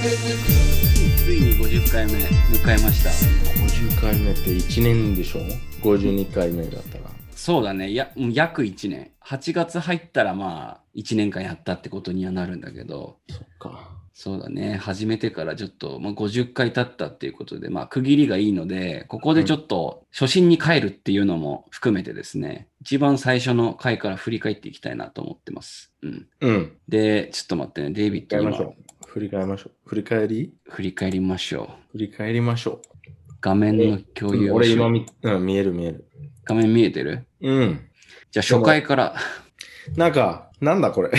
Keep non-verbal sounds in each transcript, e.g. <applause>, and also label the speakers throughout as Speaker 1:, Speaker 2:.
Speaker 1: ついに50回目迎えました
Speaker 2: 50回目って1年でしょ ?52 回目だったら。
Speaker 1: そうだねやもう約1年8月入ったらまあ1年間やったってことにはなるんだけど
Speaker 2: そっか。
Speaker 1: そうだね始めてからちょっと、まあ、50回経ったっていうことでまあ区切りがいいのでここでちょっと初心に帰るっていうのも含めてですね、一番最初の回から振り返っていきたいなと思ってます、うん、
Speaker 2: うん。
Speaker 1: でちょっと待ってねデイビッ
Speaker 2: 振
Speaker 1: ド
Speaker 2: り返りまし
Speaker 1: 今
Speaker 2: ょう。振り返りましょう。振り返り
Speaker 1: 振り返りましょ
Speaker 2: 振り返りましょ
Speaker 1: う画面の共
Speaker 2: う。
Speaker 1: 有を
Speaker 2: 俺
Speaker 1: しよ
Speaker 2: 今
Speaker 1: う
Speaker 2: 見、うん、見える見える。
Speaker 1: 画面見えてる
Speaker 2: うん。
Speaker 1: じゃあ初回から
Speaker 2: なんか、なんだこれ。 <laughs>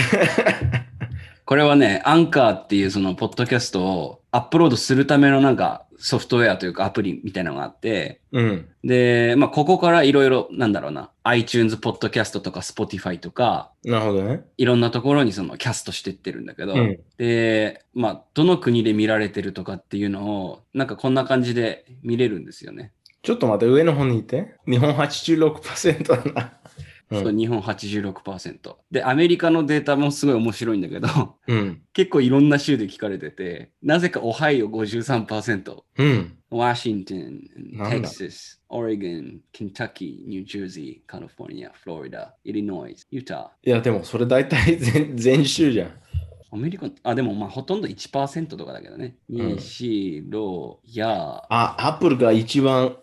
Speaker 1: これはね、アンカーっていうそのポッドキャストをアップロードするためのなんかソフトウェアというかアプリみたいなのがあって、
Speaker 2: うん。
Speaker 1: で、まあ、ここからいろいろ、なんだろうな、iTunes ポッドキャストとか Spotify とか、
Speaker 2: なるほどね。
Speaker 1: いろんなところにそのキャストしてってるんだけど、
Speaker 2: うん。
Speaker 1: で、まあ、どの国で見られてるとかっていうのを、なんかこんな感じで見れるんですよね。
Speaker 2: ちょっと待って、上の方にいて。日本86%だな。。
Speaker 1: そううん日本86%。で、アメリカのデータもすごい面白いんだけど、 <laughs>
Speaker 2: うん。
Speaker 1: 結構いろんな州で聞かれてて、なぜかオハイオ53%、
Speaker 2: うん。
Speaker 1: Washington,
Speaker 2: なんだ
Speaker 1: Texas, Oregon, Kentucky, New Jersey, California, Florida, Illinois, Utah。
Speaker 2: いや、でもそれ大体 <laughs> 全全州じゃん。
Speaker 1: アメリカ、あ、でもまあほとんど1%とかだけどね。
Speaker 2: うん
Speaker 1: に、し、ろ、や、
Speaker 2: あ、アップルが一番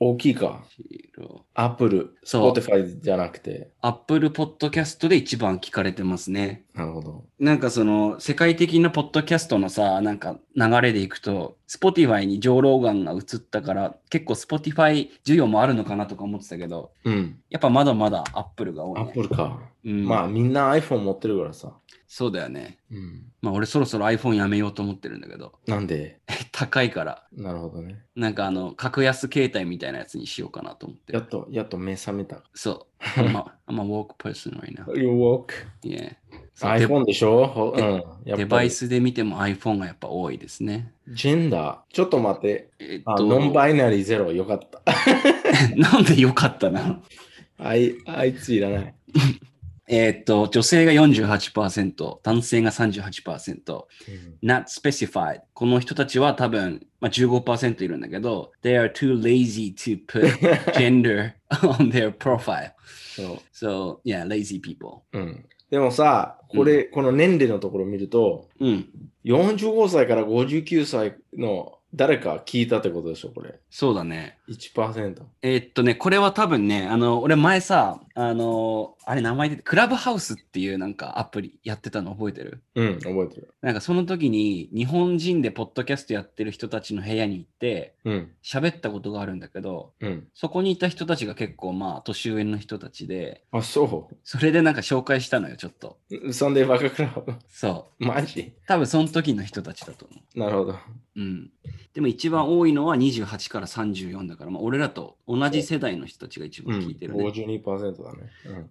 Speaker 2: 大きいか。
Speaker 1: し、ろ。
Speaker 2: アップル、ス
Speaker 1: そ
Speaker 2: ポ
Speaker 1: う
Speaker 2: ティファイじゃなくて。
Speaker 1: Apple Podcast で一番聞かれてますね。
Speaker 2: なるほど。
Speaker 1: なんかその世界的なポッドキャストのさ、なんか流れでいくと、Spotify に上老眼が移ったから、結構 Spotify 需要もあるのかなとか思ってたけど、
Speaker 2: うん。
Speaker 1: やっぱまだまだ Apple が多
Speaker 2: ア
Speaker 1: い
Speaker 2: ッ
Speaker 1: ね
Speaker 2: プ。ルか。
Speaker 1: うん、
Speaker 2: まあみんな iPhone 持ってるからさ。
Speaker 1: そうだよね。
Speaker 2: うん。
Speaker 1: まあ俺そろそろ iPhone やめようと思ってるんだけど、
Speaker 2: なんで
Speaker 1: 高いから、
Speaker 2: なるほどね。
Speaker 1: なんかあの、格安携帯みたいなやつにしようかなと思って
Speaker 2: や
Speaker 1: る。
Speaker 2: っと、やっと目覚めた。 <laughs>
Speaker 1: そう。I'm a, I'm a walk person right now.
Speaker 2: You walk.
Speaker 1: Yeah. そうデ
Speaker 2: iPhone でしょほうん。やっぱり
Speaker 1: デバイ。スで見ても iPhone がやっぱ多いですね。
Speaker 2: ジェンダー。ちょっと待って。
Speaker 1: えっ
Speaker 2: あ、
Speaker 1: と、
Speaker 2: ノンバイナリーゼロ。よかった。
Speaker 1: <laughs> なんでよかったな。
Speaker 2: あい、あいついらない。
Speaker 1: えっと、女性が48%、男性が38%、not specified。この人たちは多分、まあ、15%いるんだけど、they are too lazy to
Speaker 2: <laughs>
Speaker 1: put gender on their profile.
Speaker 2: そ
Speaker 1: So, yeah, lazy people.
Speaker 2: う。うん。でもさ、これ、この年齢のところ見ると、
Speaker 1: うん、
Speaker 2: 45歳から59歳の誰か聞いたってことでしょこれ。
Speaker 1: そうだね。
Speaker 2: 1%。
Speaker 1: えーっとね、これは多分ね、あの、俺前さ、あの、あれ名前で、クラブハウスっていうなんかアプリやってたの覚えてる
Speaker 2: うん、覚えてる。
Speaker 1: なんかその時に日本人でポッドキャストやってる人たちの部屋に行って
Speaker 2: うん、
Speaker 1: 喋ったことがあるんだけど、
Speaker 2: うん。
Speaker 1: そこにいた人たちが結構まあ年上の人たちで、
Speaker 2: あ、そ
Speaker 1: それでなんか紹介したのよ、ちょっと。
Speaker 2: う。サンデーバカクラブ。
Speaker 1: そ
Speaker 2: <laughs> マジ
Speaker 1: う。多分その時の人たちだと思う。
Speaker 2: なるほど。
Speaker 1: うん。でも一番多いのは28から34だから、まあ俺らと同じ世代の人たちが一
Speaker 2: う
Speaker 1: 番
Speaker 2: ん、
Speaker 1: 聞いてるね。
Speaker 2: 52%だね。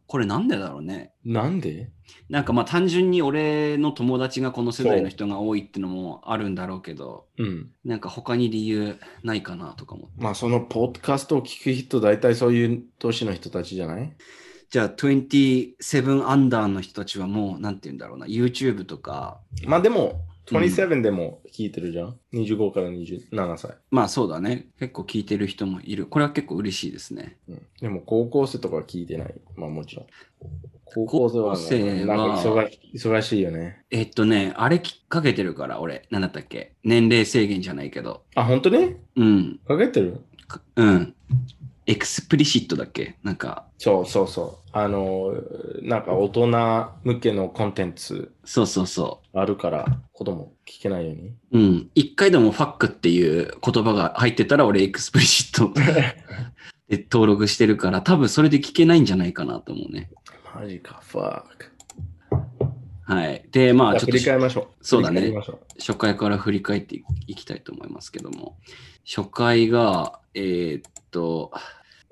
Speaker 1: これなんでだろうね
Speaker 2: うん。なんで
Speaker 1: なんかまあ単純に俺の友達がこの世代の人が多いってのもあるんだろうけど
Speaker 2: うん。
Speaker 1: なんか他に理由ないかなとかも
Speaker 2: まあ、そのポッドキャストを聞く人、大体そういう年の人たちじゃない
Speaker 1: じゃあ27アンダーの人たちはもうなんて言うんだろうな YouTube とか
Speaker 2: まあ、でも、27でも聞いてるじゃん。25から27歳。
Speaker 1: まあそうだね結構聞いてる人もいるこれは結構嬉しいですね
Speaker 2: うん、でも、高校生とかは聞いてない。まあ、もちろん。高校生は、
Speaker 1: 高校生は
Speaker 2: なんか忙し忙しいよね。
Speaker 1: えっとねあれきっかけてるから俺何だったっけ年齢制限じゃないけど
Speaker 2: あ、本当に
Speaker 1: うん
Speaker 2: かけてる
Speaker 1: かうんエクスプリシットだっけなんか
Speaker 2: そうそうそう。あの、なんか大人向けのコンテンツ
Speaker 1: そうそうそう
Speaker 2: あるから、子供聞けないように。
Speaker 1: うん。一回でもファックっていう言葉が入ってたら、俺、エクスプリシッ
Speaker 2: <laughs>
Speaker 1: トで登録してるから、多分それで聞けないんじゃないかなと思うね。
Speaker 2: マジか、ファーク。
Speaker 1: はい。で、まあ、
Speaker 2: あ、
Speaker 1: ちょ
Speaker 2: 振
Speaker 1: っと
Speaker 2: り返りましょう。
Speaker 1: そうだね
Speaker 2: 振り返りましょ
Speaker 1: 初回から振り返っていきたいと思いますけども、初回が、えーっと、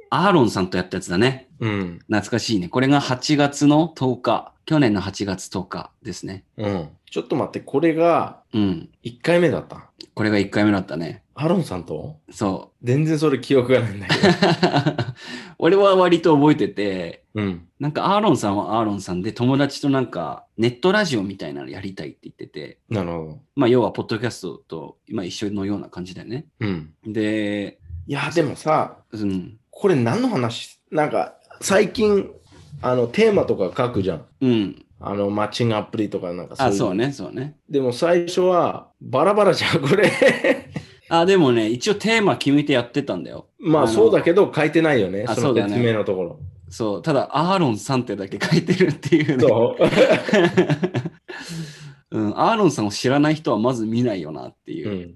Speaker 1: アーロンさんとやったやつだね。
Speaker 2: うん。
Speaker 1: 懐かしいね。これが8月の10日。去年の8月10日ですね。
Speaker 2: うん。ちょっと待って、これが
Speaker 1: うん。
Speaker 2: 1回目だった。
Speaker 1: これが1回目だったね。
Speaker 2: アロンさんと
Speaker 1: そ
Speaker 2: 全然それ記憶がないんだけ
Speaker 1: う。
Speaker 2: ど。
Speaker 1: <laughs> 俺は割と覚えてて、
Speaker 2: うん。
Speaker 1: なんかアーロンさんはアーロンさんで友達となんかネットラジオみたいなのやりたいって言ってて、
Speaker 2: なるほど。
Speaker 1: まあ要はポッドキャストと今一緒のような感じだよね。
Speaker 2: うん。
Speaker 1: で、
Speaker 2: いや、でもさ、
Speaker 1: うん、
Speaker 2: これ何の話なんか、最近、あの、テーマとか書くじゃん。
Speaker 1: うん。
Speaker 2: あの、マッチングアプリとかなんか
Speaker 1: あ、
Speaker 2: い
Speaker 1: そうね、そうね。
Speaker 2: でも最初は、バラバラじゃん、これ。 <laughs>
Speaker 1: あ、でもね、一応テーマ決めてやってたんだよ。
Speaker 2: ま
Speaker 1: あ
Speaker 2: あ、
Speaker 1: の
Speaker 2: そうだけど、書いてないよね。
Speaker 1: あ
Speaker 2: そ
Speaker 1: そ
Speaker 2: の
Speaker 1: うだね
Speaker 2: 説明のと
Speaker 1: <laughs>
Speaker 2: ころ。
Speaker 1: そう、ただ、アーロンさんってだけ書いてるっていうね。 <laughs>
Speaker 2: そう。
Speaker 1: ん、アーロンさんを知らない人はまず見ないよなっていう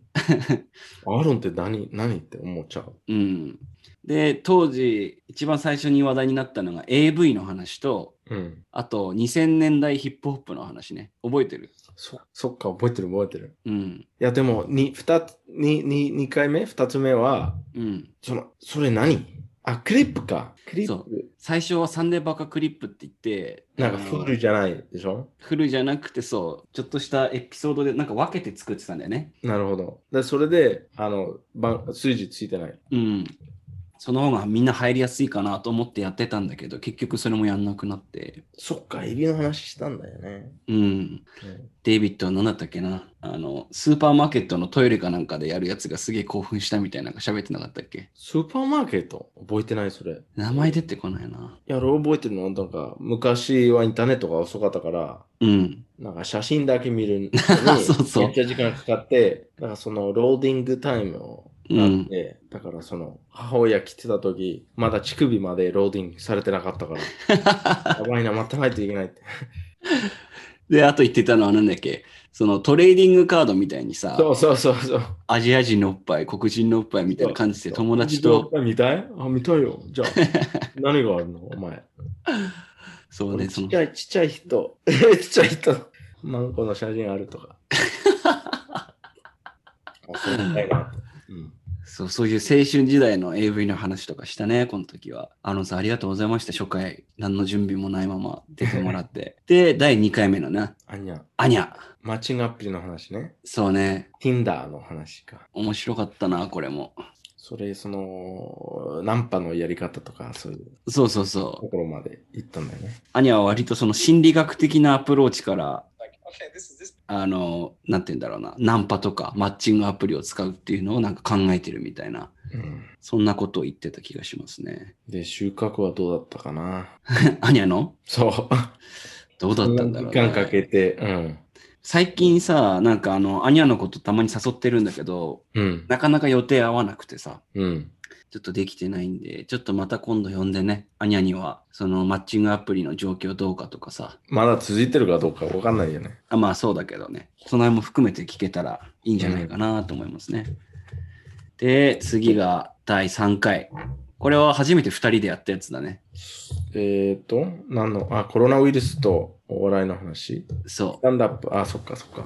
Speaker 2: う
Speaker 1: う。
Speaker 2: ん。アーロンって何何って思っちゃう。
Speaker 1: うんで、当時、一番最初に話題になったのが AV の話と、
Speaker 2: うん。
Speaker 1: あと2000年代ヒップホップの話ね。覚えてる
Speaker 2: そそっか、覚えてる覚えてる。
Speaker 1: うん。
Speaker 2: いや、でも、に、二つ、に、に、二回目二つ目は、
Speaker 1: うん。
Speaker 2: その、それ何あ、クリップか。クリ
Speaker 1: そ
Speaker 2: ッ
Speaker 1: う
Speaker 2: プ。
Speaker 1: 最初はサンデーバカクリップって言って、
Speaker 2: なんか、
Speaker 1: あの
Speaker 2: フルじゃないでしょ
Speaker 1: フルじゃなくてそう、ちょっとしたエピソードでなんか分けて作ってたんだよね。
Speaker 2: なるほど。で、それで、あの、番数字ついてない。
Speaker 1: うん。その方がみんな入りやすいかなと思ってやってたんだけど、結局それもやんなくなって。
Speaker 2: そっか、エビの話したんだよね。
Speaker 1: うん。デイビッドは何だったっけなあの、スーパーマーケットのトイレかなんかでやるやつがすげえ興奮したみたいなのが喋ってなかったっけ
Speaker 2: スーパーマーケット覚えてないそれ。い
Speaker 1: 名前出てこないな。
Speaker 2: や、俺覚えてるのなんか、昔はインターネットが遅かったから、
Speaker 1: うん。
Speaker 2: なんか写真だけ見る
Speaker 1: <laughs> そうそう
Speaker 2: めっちゃ時間かかって、だからそのローディングタイムを
Speaker 1: う
Speaker 2: なん
Speaker 1: ん。
Speaker 2: で、だからその母親来てた時、まだ乳首までローディングされてなかった
Speaker 1: <laughs>
Speaker 2: から、やばいな、待たないといけないって。
Speaker 1: で、あと言ってたのは何だっけそのトレーディングカードみたいにさ、
Speaker 2: そうそうそうそう。
Speaker 1: アジア人のおっぱい、黒人のおっぱいみたいな感じで友達と、
Speaker 2: 見たいあ、見たいよ。
Speaker 1: <laughs>
Speaker 2: じゃあ、何があるのお前。
Speaker 1: そうね、そ
Speaker 2: ちっ
Speaker 1: の
Speaker 2: ちゃい、ちっちゃい人。 <laughs> ちっちゃい人。マンコの写真あると
Speaker 1: <laughs>
Speaker 2: か。あ、そうみたいな。うん。
Speaker 1: そう、そういう青春時代の AV の話とかしたね、この時は。アーロンさん、ありがとうございました。初回、何の準備もないまま出てもらって。で、第2回目のな、
Speaker 2: あんや、
Speaker 1: アニャ。
Speaker 2: マッチングアプリの話ね。
Speaker 1: そうね、
Speaker 2: Tinder の話か。
Speaker 1: 面白かったな、これも。
Speaker 2: それ、その、ナンパのやり方とか、そういう
Speaker 1: そうそうそ
Speaker 2: ところまで行ったんだよね。
Speaker 1: う。アニャは割とその心理学的なアプローチから、
Speaker 3: like, okay, this is this.
Speaker 1: あの、なんて言うんだろうな、ナンパとかマッチングアプリを使うっていうのをなんか考えてるみたいな、
Speaker 2: うん。
Speaker 1: そんなことを言ってた気がしますね。 <laughs>
Speaker 2: で、収穫はどうだったかな。
Speaker 1: アニャの
Speaker 2: そう。
Speaker 1: どうだったんだろう、
Speaker 2: 時間かけて、うん。
Speaker 1: 最近さ、なんかあの、アニャのことたまに誘ってるんだけど、
Speaker 2: うん。
Speaker 1: なかなか予定合わなくてさ、
Speaker 2: うん。
Speaker 1: ちょっとできてないんで、ちょっとまた今度呼んでね、アニャには、そのマッチングアプリの状況どうかとかさ、
Speaker 2: まだ続いてるかどうかわかんないよね。
Speaker 1: あまあそうだけどね、その辺も含めて聞けたらいいんじゃないかなと思いますね。で、次が第3回。これは初めて2人でやったやつだね。
Speaker 2: えっ、ー、と、何の、あ、コロナウイルスとお笑いの話。
Speaker 1: そ
Speaker 2: スタンドアップ、あ、そっかそっか。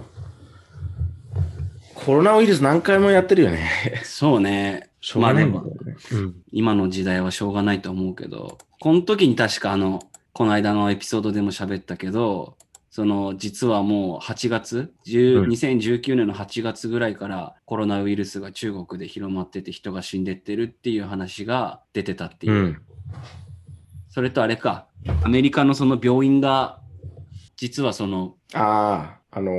Speaker 2: コロナウイルス何回もやってるよね。
Speaker 1: う。そうね。
Speaker 2: しょうがないんだ
Speaker 1: まあ
Speaker 2: よ
Speaker 1: でも
Speaker 2: ね。うん。
Speaker 1: 今の時代はしょうがないと思うけど、この時に確かあの、この間のエピソードでも喋ったけど、その実はもう8月、10
Speaker 2: うん
Speaker 1: 2019年の8月ぐらいからコロナウイルスが中国で広まってて人が死んでってるっていう話が出てたっていうう。
Speaker 2: ん。
Speaker 1: それとあれか、アメリカのその病院が実はその
Speaker 2: ああ、あの、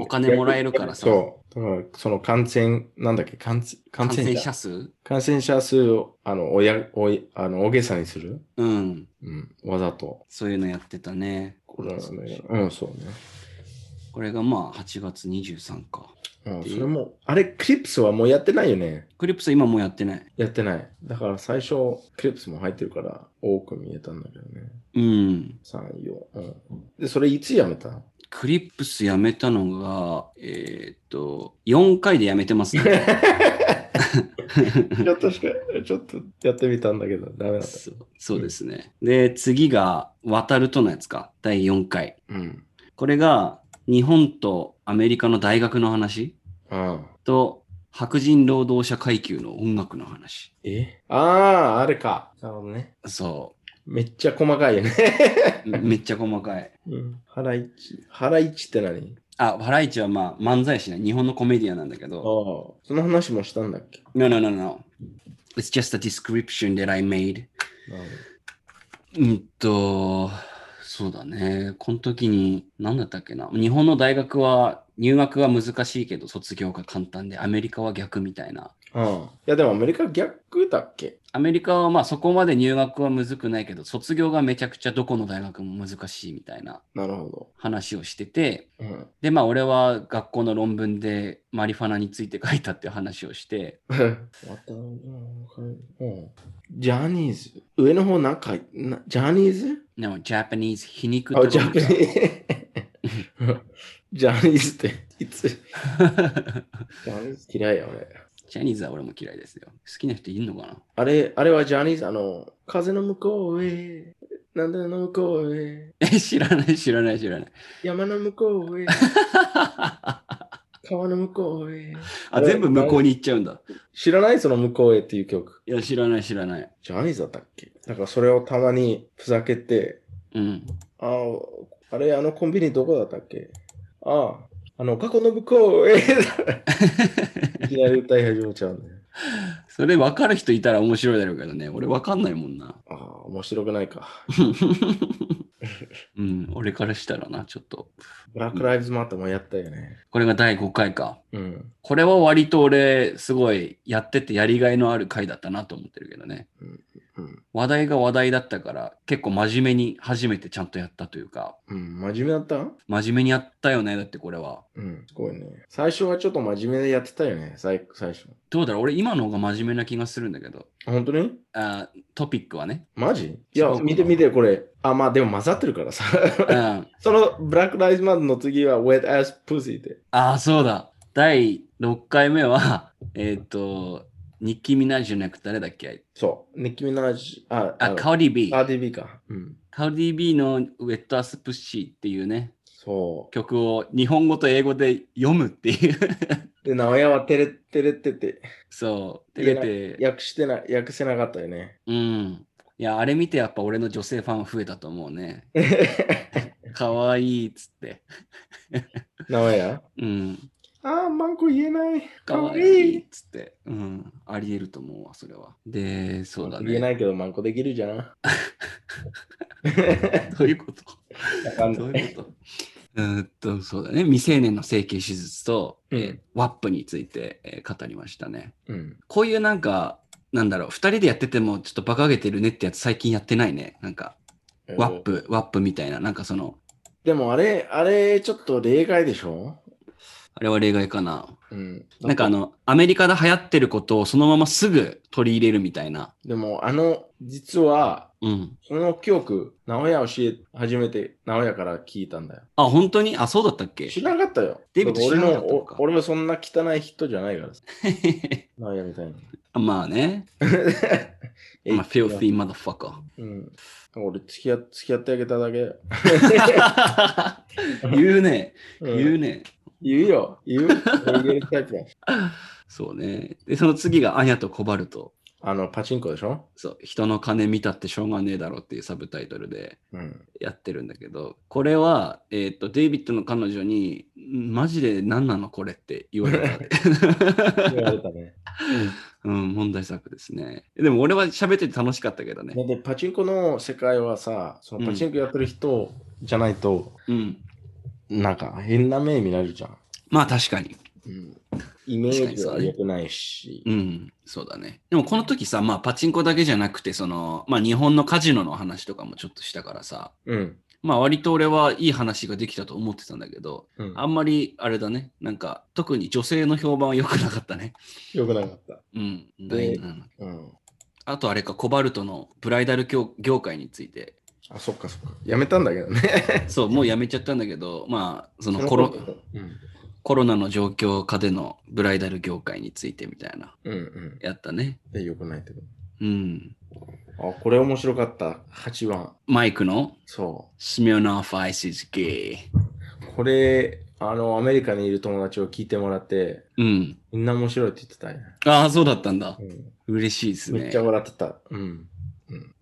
Speaker 1: お金もらえるからさ
Speaker 2: そう。だから、その感染、なんだっけ、感染感
Speaker 1: 感
Speaker 2: 染
Speaker 1: 染
Speaker 2: 者
Speaker 1: 者数
Speaker 2: 感染者数を、あの、おや、おい、あの、大げさにする
Speaker 1: うん、
Speaker 2: うん、わざと。
Speaker 1: そういうのやってたね。
Speaker 2: これはね、うん、そうね。
Speaker 1: これがまあ8月23か。
Speaker 2: うん、それも、あれ、クリプスはもうやってないよね。
Speaker 1: クリプス今もうやってない。
Speaker 2: やってない。だから最初、クリプスも入ってるから、多く見えたんだけどね。
Speaker 1: うん。
Speaker 2: 3、4。うん。で、それいつや
Speaker 1: <laughs>
Speaker 2: めたの
Speaker 1: クリップスやめたのが、えーっと、4回でやめてますね。
Speaker 2: <laughs> ちょっとしか、ちょっとやってみたんだけど、ダメだった。
Speaker 1: そうそうですね。で、次が、渡るとのやつか。第4回。
Speaker 2: うん。
Speaker 1: これが、日本とアメリカの大学の話
Speaker 2: ああ。
Speaker 1: と、白人労働者階級の音楽の話。
Speaker 2: えああ、あれか。なるほどね。
Speaker 1: そ
Speaker 2: めっちゃ細かいよね。
Speaker 1: う。 <laughs> めっちゃ細かい。
Speaker 2: うん。ハライチ。ハライチって何
Speaker 1: あ、ハライチはまあ漫才師ね。日本のコメディアンなんだけ
Speaker 2: ああ
Speaker 1: ど。
Speaker 2: ー。その話もしたんだっけ
Speaker 1: No, no, no, no. It's just a description that I made.
Speaker 2: なるほ
Speaker 1: う
Speaker 2: ど
Speaker 1: んと、そうだね。この時に、何だったっけな。日本の大学は入学が難しいけど卒業が簡単で、アメリカは逆みたいな。
Speaker 2: うん。いや、でもアメリカ逆だっけ
Speaker 1: アメリカはまあそこまで入学はむずくないけど、卒業がめちゃくちゃどこの大学も難しいみたいな
Speaker 2: なるほ
Speaker 1: 話をしてて、
Speaker 2: ど。うん。
Speaker 1: でまあ俺は学校の論文でマリファナについて書いたっていう話をして、
Speaker 2: また、うんわかるうん。ジャニーズ。上の方なんか、なジャニーズ
Speaker 1: でも Japanese 皮肉
Speaker 2: あ、
Speaker 1: と
Speaker 2: ジャ
Speaker 1: <laughs>
Speaker 2: ニーズ。ジャニーズって、いつジャニーズ嫌いや、俺。
Speaker 1: ジャニーズは俺も嫌いですよ。好きな人いるのかな <laughs>
Speaker 2: あれ、あれはジャニーズ、あの、風の向こうへ、なんだの向こうへ、
Speaker 1: え、知らない知らない知らない。
Speaker 2: 山の向こ <laughs> うへ、川の向こうへ。
Speaker 1: あ、全部向こうに行っちゃうんだ。
Speaker 2: 知らないその向こうへっていう曲。
Speaker 1: いや、知らない知らない。
Speaker 2: ジャニーズだったっけだからそれをたまにふざけて、
Speaker 1: うん。
Speaker 2: ああ、あれ、あのコンビニどこだったっけああ、あの、過去の向こう <laughs> へ。いきなり歌い始めちゃうんだよ。
Speaker 1: それ分かる人いたら面白いだろうけどね。俺分かんないもんな。
Speaker 2: ああ、面白くないか。
Speaker 1: うん、俺からしたらな、ちょっと。
Speaker 2: ブラック・ライブズ・マットもやったよね。
Speaker 1: これが第5回か。
Speaker 2: うん。
Speaker 1: これは割と俺、すごいやっててやりがいのある回だったなと思ってるけどね。
Speaker 2: うん。
Speaker 1: 話題が話題だったから、結構真面目に初めてちゃんとやったというか、
Speaker 2: うん、真面目だった
Speaker 1: 真面目にやったよね、だってこれは。
Speaker 2: うん、すごいね。最初はちょっと真面目でやってたよね、最最初。
Speaker 1: どうだろう俺今の方が真面目な気がするんだけど。
Speaker 2: あ本当に
Speaker 1: あートピックはね。
Speaker 2: マジいや
Speaker 1: そう、
Speaker 2: 見て見て、これ。あ、まあでも混ざってるからさ。 <laughs>
Speaker 1: うん。あ
Speaker 2: そのブラック・ライズ・マットの次は Wet Ass Pussy で。
Speaker 1: あ、そうだ。第6回目は、えっ、と、ニッキー・ミナージュじゃなくて誰だっけ
Speaker 2: そう。ニッキー・ミナージ、あ、
Speaker 1: あ、
Speaker 2: の
Speaker 1: カオディ・ビ
Speaker 2: カ
Speaker 1: ー。
Speaker 2: ーディビーか。うん。
Speaker 1: カオディ・ビーのウェット・アス・プッシーっていうね、
Speaker 2: そ
Speaker 1: 曲を日本語と英語で読むっていう。
Speaker 2: う。で、直哉は照れ、照れてて、
Speaker 1: そう、
Speaker 2: 言え
Speaker 1: 照
Speaker 2: な
Speaker 1: れ
Speaker 2: い
Speaker 1: て、
Speaker 2: 訳してな、訳せなかったよね。 <laughs>
Speaker 1: うん。いや、あれ見てやっぱ俺の女性ファン増えたと思うね。かわいいっつって。
Speaker 2: 直哉
Speaker 1: うん。
Speaker 2: あー、マンコ言えない。
Speaker 1: かわいいっつって。うん。ありえると思うわ、それは。で、そうだ
Speaker 2: 言えな
Speaker 1: ね。
Speaker 2: いけど、マンコできるじゃ
Speaker 1: <laughs>
Speaker 2: ん。わ
Speaker 1: どういうこと
Speaker 2: かん
Speaker 1: ど
Speaker 2: な
Speaker 1: う
Speaker 2: い。
Speaker 1: いうこと <laughs> うーんと、そうだね。未成年の整形手術と、えー
Speaker 2: うん
Speaker 1: ワップについて、えー語りましたね。
Speaker 2: うん。
Speaker 1: こういうなんか、なんだろう、二人でやっててもちょっと馬鹿げてるねってやつ最近やってないね。なんか、ワップ、ワップみたいな、なんかその、
Speaker 2: でもあれ、あれ、ちょっと例外でしょ
Speaker 1: あれは例外かな。
Speaker 2: うん。
Speaker 1: なんかあの、アメリカで流行ってることをそのまますぐ取り入れるみたいな。
Speaker 2: でも、あの、実は、
Speaker 1: うん。
Speaker 2: その記憶、直哉教え、初めて直哉から聞いたんだよ。
Speaker 1: あ、本当にあ、そうだったっけ
Speaker 2: 知らなかったよ。
Speaker 1: デイビッド
Speaker 2: 俺
Speaker 1: 知らなか
Speaker 2: の
Speaker 1: ったのか
Speaker 2: お俺もそんな汚い人じゃないからさ。直哉みたいに。
Speaker 1: <laughs> まあね。まあ、filthy motherfucker。
Speaker 2: うん。俺付き合、付き合ってあげただけだよ。
Speaker 1: 言うね。
Speaker 2: うん
Speaker 1: 言うね。
Speaker 2: 言うよ。言う。俺言えるタイプだ
Speaker 1: そうね。で、その次がアニャとコバルト。
Speaker 2: あの、パチンコでしょ
Speaker 1: そう、人の金見たってしょうがねえだろっていうサブタイトルで
Speaker 2: うん。
Speaker 1: やってるんだけど、これは、えっ、と、デイビッドの彼女に、んマジで何なのこれって言われた。
Speaker 2: 言われたね。
Speaker 1: うん、問題作ですね。でも俺は喋ってて楽しかったけどね。
Speaker 2: で、パチンコの世界はさ、そのパチンコやってる人じゃないと、
Speaker 1: うん。
Speaker 2: なんか変な目見られるじゃん。
Speaker 1: まあ確かに。
Speaker 2: うん。イメージは良くないし。
Speaker 1: うん、そうだね。でもこの時さ、まあパチンコだけじゃなくて、その、まあ日本のカジノの話とかもちょっとしたからさ、
Speaker 2: うん。
Speaker 1: まあ割と俺はいい話ができたと思ってたんだけど、
Speaker 2: うん
Speaker 1: あんまりあれだね、なんか特に女性の評判は良くなかったね。
Speaker 2: 良くなかった。
Speaker 1: うん。
Speaker 2: で
Speaker 1: 第七
Speaker 2: うん。
Speaker 1: あとあれか、コバルトのブライダル業業界について、
Speaker 2: あ、そっかそっか。やめたんだけどね。
Speaker 1: そう、もうやめちゃったんだけど、まあ、そのコロ
Speaker 2: うん。
Speaker 1: コロナの状況下でのブライダル業界についてみたいな、
Speaker 2: うんうん。
Speaker 1: やったね。
Speaker 2: で、良くないけど。
Speaker 1: うん。
Speaker 2: あ、これ面白かった。8番。
Speaker 1: マイクの
Speaker 2: そ
Speaker 1: スミオナフアイスイズゲイ。
Speaker 2: う。これ、あの、アメリカにいる友達を聞いてもらって、
Speaker 1: うん。
Speaker 2: みんな面白いって言ってたんや。
Speaker 1: ああ、そうだったんだ。
Speaker 2: うん
Speaker 1: 嬉しいです
Speaker 2: めっ
Speaker 1: ね
Speaker 2: ち。ゃ笑ってた。うん。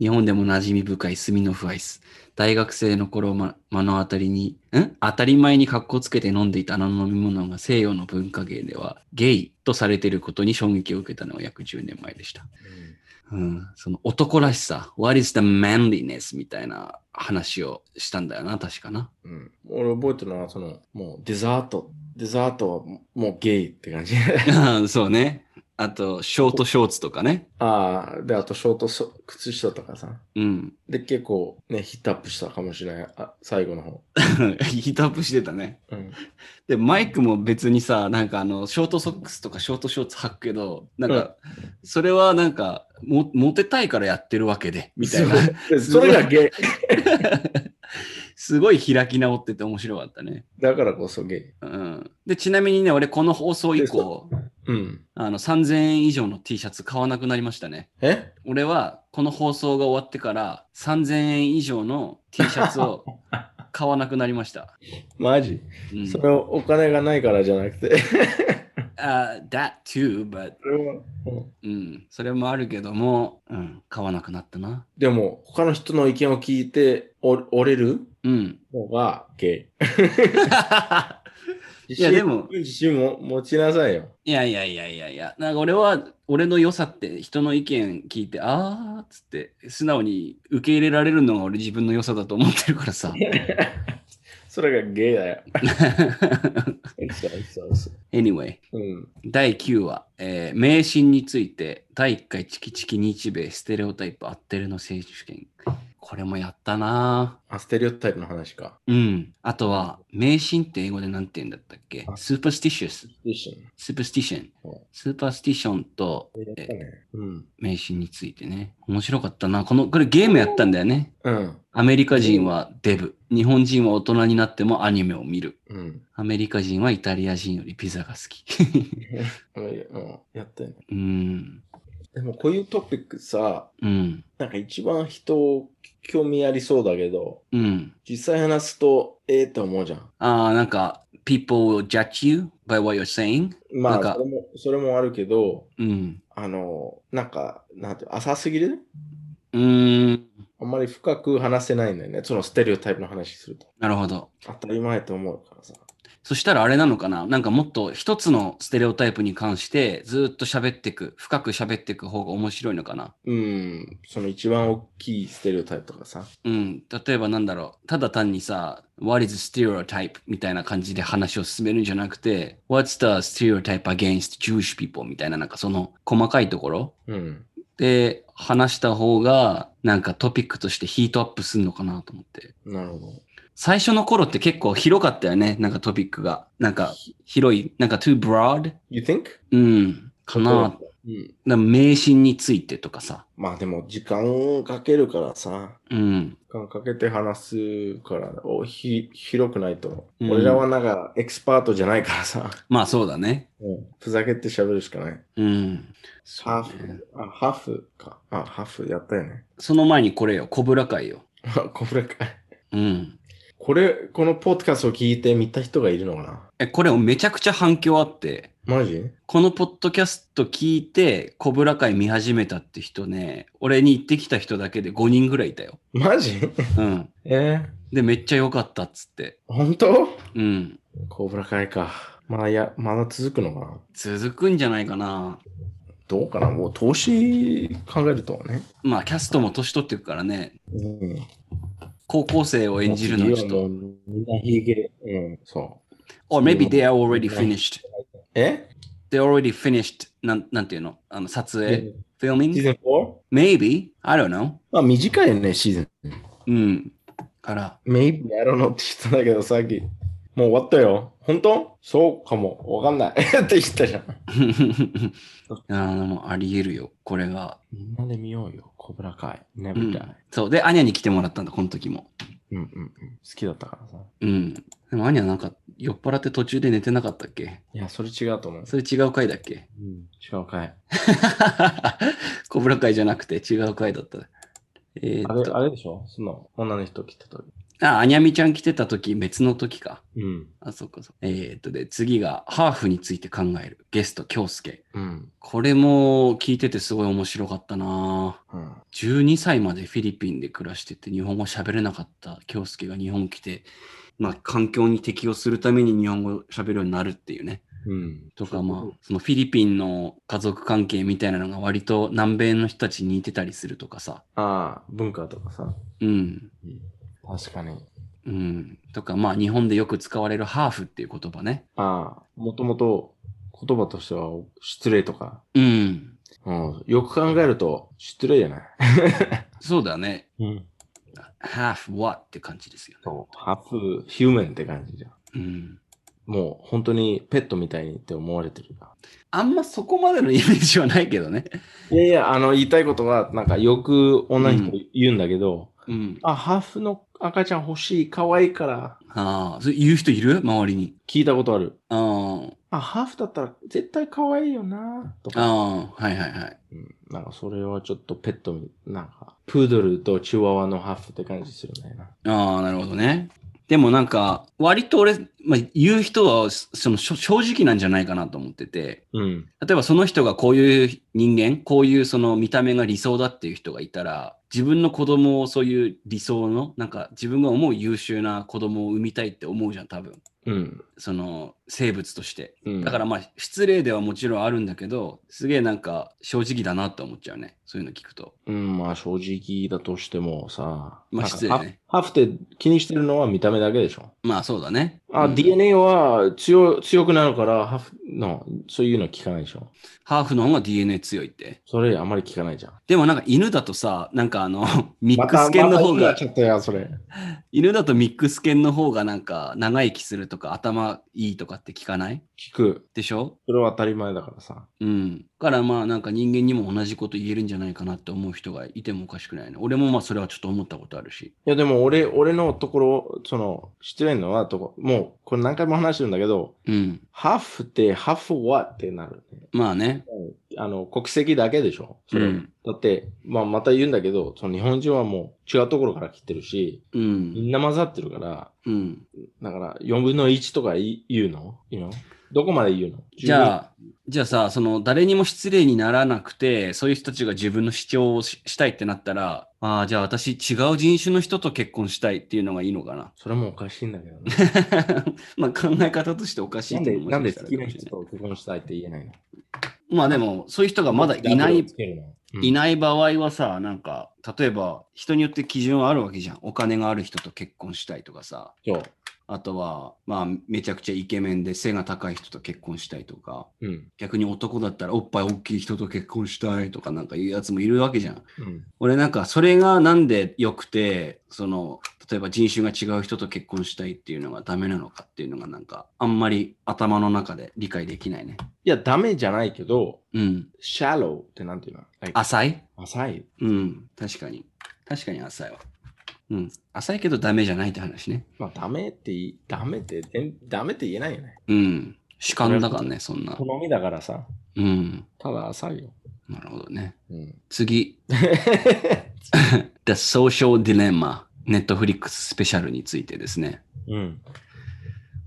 Speaker 1: 日本でも馴染み深いスミノフアイス。大学生の頃、ま、目の当たりに、ん当たり前に格好つけて飲んでいたあの飲み物が西洋の文化芸ではゲイとされていることに衝撃を受けたのは約10年前でした。うん、その男らしさ、What is the manliness? みたいな話をしたんだよな、確かな。 <laughs>
Speaker 2: うん。うん俺覚えてるのは、その、もうデザート。デザートはもうもうゲイって感じ。 <laughs>
Speaker 1: そうね。あと、ショートショーツとかね。
Speaker 2: ああ、で、あとショートソ靴下とかさ。
Speaker 1: うん。 <laughs>
Speaker 2: で、結構ね、ヒットアップしたかもしれない。あ最後の方。
Speaker 1: ヒートアップしてたね。
Speaker 2: うん。
Speaker 1: で、マイクも別にさ、なんかあの、ショートソックスとかショートショーツ履くけど、なんか、それはなんか、も、モテたいからやってるわけで、みたいな。
Speaker 2: そう。それがゲイ。
Speaker 1: <laughs> すごい開き直ってて面白かったね。
Speaker 2: だからこそゲイ。
Speaker 1: うん。で、ちなみにね、俺この放送以降、
Speaker 2: うん。
Speaker 1: あの、3000円以上の T シャツ買わなくなりましたね。
Speaker 2: え
Speaker 1: 俺は、この放送が終わってから、3000円以上の T シャツ
Speaker 2: <laughs>
Speaker 1: を買わなくなりました。
Speaker 2: マジ、
Speaker 1: うん。
Speaker 2: それをお金がないからじゃなくて。
Speaker 1: あ that too, but
Speaker 2: それはう
Speaker 1: う
Speaker 2: ん
Speaker 1: ん、それもあるけども、うん、買わなくなったな。
Speaker 2: でも、他の人の意見を聞いてお折れる
Speaker 1: うん。
Speaker 2: のがゲイ。
Speaker 1: いや、でも、
Speaker 2: 自信も持ちなさいよ。
Speaker 1: <laughs> いやいやいやいやいや、なんか俺は、俺の良さって人の意見聞いて、あーっつって、素直に受け入れられるのが俺自分の良さだと思ってるからさ。
Speaker 2: それがゲイだよ。そうそうそ
Speaker 1: <laughs> anyway、
Speaker 2: う。うん。
Speaker 1: 第9話、えー迷信について、第1回チキチキ日米ステレオタイプ合ってるの選手権。これもやったなぁ。
Speaker 2: あ、ステレオタイプの話か。
Speaker 1: うん。あとは、迷信って英語で何て言うんだったっけ
Speaker 2: あ
Speaker 1: スーパースティシュス。
Speaker 2: 一緒に
Speaker 1: スーパースティション
Speaker 2: うん。
Speaker 1: スーパースティションと
Speaker 2: やったね。うん。
Speaker 1: 迷信についてね。面白かったな。この、これゲームやったんだよね。
Speaker 2: うん。
Speaker 1: アメリカ人はデブ。日本人は大人になってもアニメを見る。
Speaker 2: うん。
Speaker 1: アメリカ人はイタリア人よりピザが好き。 <laughs>
Speaker 2: うんやったね。
Speaker 1: うん。
Speaker 2: でも、こういうトピックさ、
Speaker 1: うん。
Speaker 2: なんか一番人を興味ありそうだけど、
Speaker 1: うん。
Speaker 2: 実際話すと、ええと思うじゃん。
Speaker 1: ああ、なんか、people will judge you by what you're saying.
Speaker 2: ま
Speaker 1: なんか
Speaker 2: あ、それも、それもあるけど、
Speaker 1: うん。
Speaker 2: あの、なんか、なんて、浅すぎる
Speaker 1: うーん。
Speaker 2: あんまり深く話せないんだよね。そのステレオタイプの話すると。
Speaker 1: なるほど。
Speaker 2: 当たり前と思うからさ。
Speaker 1: そしたらあれなのかななんかもっと一つのステレオタイプに関してずーっと喋ってく、深く喋ってく方が面白いのかな
Speaker 2: うん、その一番大きいステレオタイプとかさ。
Speaker 1: うん。例えばなんだろう。ただ単にさ、What is stereotype? みたいな感じで話を進めるんじゃなくて、What's the stereotype against Jewish people? みたいななんかその細かいところ
Speaker 2: うん。
Speaker 1: で話した方がなんかトピックとしてヒートアップするのかなと思って。
Speaker 2: なるほど。
Speaker 1: 最初の頃って結構広かったよね。なんかトピックが。なんか広い。なんか too broad?
Speaker 2: You think?
Speaker 1: うん。かなって
Speaker 2: うん。
Speaker 1: な迷信についてとかさ。
Speaker 2: まあでも、時間をかけるからさ。
Speaker 1: うん。
Speaker 2: 時間かけて話すから、おひ広くないと。
Speaker 1: うん
Speaker 2: 俺らはなんか、エキスパートじゃないからさ。
Speaker 1: まあそうだね。
Speaker 2: ふざけて喋るしかない。
Speaker 1: うん。
Speaker 2: ハー
Speaker 1: そうね
Speaker 2: フ、あ、ハーフか。あ、ハーフやったよね。
Speaker 1: その前にこれよ。コブラ会よ。
Speaker 2: あ <laughs> これか。
Speaker 1: うん。
Speaker 2: これ、このポッドキャストを聞いて見た人がいるのかな
Speaker 1: え、これめちゃくちゃ反響あって、
Speaker 2: マジ
Speaker 1: このポッドキャスト聞いて、コブラ会見始めたって人ね、俺に行ってきた人だけで5人ぐらいいたよ。
Speaker 2: マジ
Speaker 1: うん。
Speaker 2: <laughs> え
Speaker 1: で、めっちゃ良かったっつって。
Speaker 2: ー、本当
Speaker 1: うん。
Speaker 2: コブラ会か。まあ、いや、まだ続くのかな
Speaker 1: 続くんじゃないかな。
Speaker 2: どうかなもう投資考えるとね。
Speaker 1: まあ、キャストも年取ってくからね、
Speaker 2: うん。
Speaker 1: 高校生を演じるのはちょっ
Speaker 2: も
Speaker 1: と。
Speaker 2: うみんなヒゲ。うん、そう。
Speaker 1: Or maybe they are already finished.
Speaker 2: え
Speaker 1: they already finished なんなんていうのあの撮影、
Speaker 2: シー
Speaker 1: filming?
Speaker 2: ズン 4?
Speaker 1: Maybe? I don't know.
Speaker 2: まあ、短いよね、シーズン。
Speaker 1: うん。から、 <laughs>
Speaker 2: Maybe, I don't know って言ったんだけど、さっき。もう終わったよ。本当そうかも。わかんない。 <laughs> って言ったじゃん。
Speaker 1: あのあり得るよ、これが。
Speaker 2: みんなで見ようよ。コブラ会。
Speaker 1: う
Speaker 2: Never
Speaker 1: ん
Speaker 2: die.、
Speaker 1: そう。で、アニャに来てもらったんだ、この時も。
Speaker 2: うん、うん、うん。好きだったからさ。
Speaker 1: うん。でもアニャなんか酔っ払って途中で寝てなかったっけ
Speaker 2: いや、それ違うと思う。
Speaker 1: それ違う回だっけ <laughs>
Speaker 2: うん、違うかい。
Speaker 1: コブラ回じゃなくて違う回だった。えー
Speaker 2: あ
Speaker 1: っ
Speaker 2: れ、
Speaker 1: と、
Speaker 2: あれでしょその、女の人来た時。
Speaker 1: あ、あにゃみちゃん来てた時、別の時か。
Speaker 2: うん。
Speaker 1: あ、そっかそっか。えーっと、で、次が、ハーフについて考える。ゲスト、京介。
Speaker 2: うん。
Speaker 1: これも聞いててすごい面白かったな
Speaker 2: うん。
Speaker 1: 12歳までフィリピンで暮らしてて日本語喋れなかった京介が日本来て、まあ、環境に適応するために日本語喋るようになるっていうね。
Speaker 2: うん。
Speaker 1: とかまあ、そのフィリピンの家族関係みたいなのが割と南米の人たちに似てたりするとかさ。
Speaker 2: ああ、文化とかさ。
Speaker 1: うん。
Speaker 2: 確かに。
Speaker 1: うん。とかまあ日本でよく使われるハーフっていう言葉ね。
Speaker 2: ああ、もともと言葉としては失礼とか。
Speaker 1: うん。
Speaker 2: うん。よく考えると失礼じゃない。
Speaker 1: そうだね。
Speaker 2: うん。
Speaker 1: half what って感じですよね。
Speaker 2: そう。ハーフ、ヒューマンって感じじ
Speaker 1: う
Speaker 2: ゃん。
Speaker 1: ん。
Speaker 2: もう本当にペットみたいにって思われてるな。
Speaker 1: あんまそこまでのイメージはないけどね。
Speaker 2: いやいや、あの言いたいことは、なんかよく女の人言うんだけど、
Speaker 1: うん。
Speaker 2: あ、ハーフの赤ちゃん欲しい、可愛いから、
Speaker 1: ああ、それ言う人いる周りに。
Speaker 2: 聞いたことある。
Speaker 1: ああ、
Speaker 2: あ、ハーフだったら絶対可愛いよな、とか。
Speaker 1: ああ、はいはいはい。
Speaker 2: うん、なんかそれはちょっとペットみ、なんか、プードルとチワワのハーフって感じするんだよな。
Speaker 1: ああ、なるほどね。でもなんか、割と俺、まあ、言う人はそそのしょ正直なんじゃないかなと思ってて、
Speaker 2: うん。
Speaker 1: 例えばその人がこういう人間、こういうその見た目が理想だっていう人がいたら、自分の子供をそういう理想の、なんか自分が思う優秀な子供を産みたいって思うじゃん、多分。
Speaker 2: うん。
Speaker 1: その生物として。
Speaker 2: うん、
Speaker 1: だからまあ、失礼ではもちろんあるんだけど、すげえなんか正直だなって思っちゃうね。そういうの聞くと。
Speaker 2: うん、まあ正直だとしてもさ、
Speaker 1: まあ
Speaker 2: なんか
Speaker 1: 失礼ね
Speaker 2: ハハーフって気にしてるのは見た目だけでしょ。
Speaker 1: まあそうだね。
Speaker 2: あ、
Speaker 1: うん
Speaker 2: DNA は強強くなるから、ハーフの、そういうの聞かないでしょ。
Speaker 1: ハーフの方が DNA 強いって。
Speaker 2: それあまり聞かないじゃん。
Speaker 1: でもなんか犬だとさ、なんかあ
Speaker 2: <laughs>
Speaker 1: の、ミックス犬の方
Speaker 2: またまた言う
Speaker 1: が
Speaker 2: な、ちょっとや、それ。
Speaker 1: 犬だとミックス犬の方がなんか長生きするとか頭いいとかって聞かない
Speaker 2: 聞く。
Speaker 1: でしょ
Speaker 2: それは当たり前だからさ。
Speaker 1: うん。からまあなんか人間にも同じこと言えるんじゃないかなって思う人がいてもおかしくないね。俺もまあそれはちょっと思ったことあるし。
Speaker 2: いや、でも俺、俺のところ、その、失礼なのはとこ、もう、これ何回も話してるんだけど、
Speaker 1: うん。
Speaker 2: ハーフって、ハーフはってなる、ね。
Speaker 1: まあね。
Speaker 2: あの、国籍だけでしょ。それ
Speaker 1: うん
Speaker 2: だって、まあ、また言うんだけど、その日本人はもう違うところから来てるし、
Speaker 1: う
Speaker 2: み
Speaker 1: ん。
Speaker 2: んな混ざってるから、
Speaker 1: うん。
Speaker 2: だから、4分の1とかい言うの you know? どこまで言うの
Speaker 1: じゃあ、じゃあさ、その誰にも失礼にならなくて、そういう人たちが自分の主張をししたいってなったら、ああ、じゃあ私違う人種の人と結婚したいっていうのがいいのかな。
Speaker 2: それもおかしいんだけどね。
Speaker 1: <laughs> まあ考え方としておかしい
Speaker 2: なん
Speaker 1: って
Speaker 2: で、
Speaker 1: いうのも
Speaker 2: なん
Speaker 1: も
Speaker 2: で
Speaker 1: しか
Speaker 2: 好
Speaker 1: し
Speaker 2: き
Speaker 1: たら
Speaker 2: な
Speaker 1: あるかもしれな
Speaker 2: 人
Speaker 1: い
Speaker 2: と結婚したいって言えないの
Speaker 1: まあでもそういう人がまだいない、
Speaker 2: つけるのうん
Speaker 1: いない場合はさなんか例えば人によって基準はあるわけじゃんお金がある人と結婚したいとかさ
Speaker 2: そう。
Speaker 1: あとはまあめちゃくちゃイケメンで背が高い人と結婚したいとか
Speaker 2: うん。
Speaker 1: 逆に男だったらおっぱい大きい人と結婚したいとかなんかいうやつもいるわけじゃん
Speaker 2: うん。
Speaker 1: 俺なんかそれがなんで良くてその例えば人種が違う人と結婚したいっていうのがダメなのかっていうのがなんかあんまり頭の中で理解できないね
Speaker 2: いや、ダメじゃないけど、
Speaker 1: うん
Speaker 2: shallow ってなんていうの、Like
Speaker 1: 浅い
Speaker 2: 浅い。
Speaker 1: うん確かに確かに浅いわうん浅いけどダメじゃないって話ね
Speaker 2: まあ、ダメってい、ダメって、全ダメって言えないよね。
Speaker 1: うん主観だからねそんな
Speaker 2: 好みだからさ。
Speaker 1: うん
Speaker 2: ただ浅いよ。
Speaker 1: なるほどね
Speaker 2: うん。 <laughs>
Speaker 1: 次 The Social Dilemma ネットフリックススペシャルについてですね
Speaker 2: うん。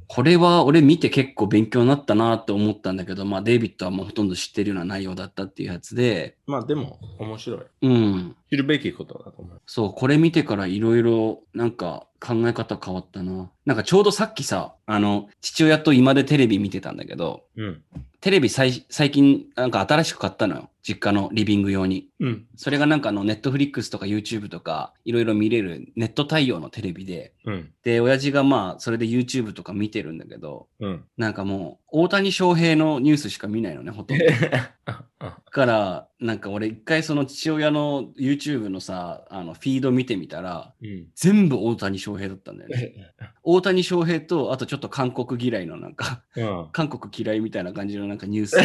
Speaker 1: これは俺見て結構勉強になったなと思ったんだけど、まあデイビッドはもうほとんど知ってるような内容だったっていうやつで、
Speaker 2: まあ、でも、面白い。
Speaker 1: うん。
Speaker 2: 知るべきことだと思う。
Speaker 1: そう、これ見てからいろいろなんか考え方変わったな。なんかちょうどさっきさ、あの、父親と今でテレビ見てたんだけど、
Speaker 2: うん。
Speaker 1: テレビ最最近なんか新しく買ったのよ。実家のリビング用に。
Speaker 2: うん。
Speaker 1: それがなんかあのネットフリックスとか YouTube とかいろいろ見れるネット対応のテレビで、
Speaker 2: うん。
Speaker 1: で、親父がまあそれで YouTube とか見てるんだけど、 <laughs>
Speaker 2: うん。
Speaker 1: なんかもう、大谷翔平のニュースしか見ないのね、ほとん
Speaker 2: <laughs>
Speaker 1: ど。だから、なんか俺、一回その父親の YouTube のさ、あの、フィード見てみたら、
Speaker 2: うん。
Speaker 1: 全部大谷翔平だったんだよね。大谷翔平と、あとちょっと韓国嫌いのなんか、 <laughs>
Speaker 2: うん。
Speaker 1: 韓国嫌いみたいな感じのなんかニュース、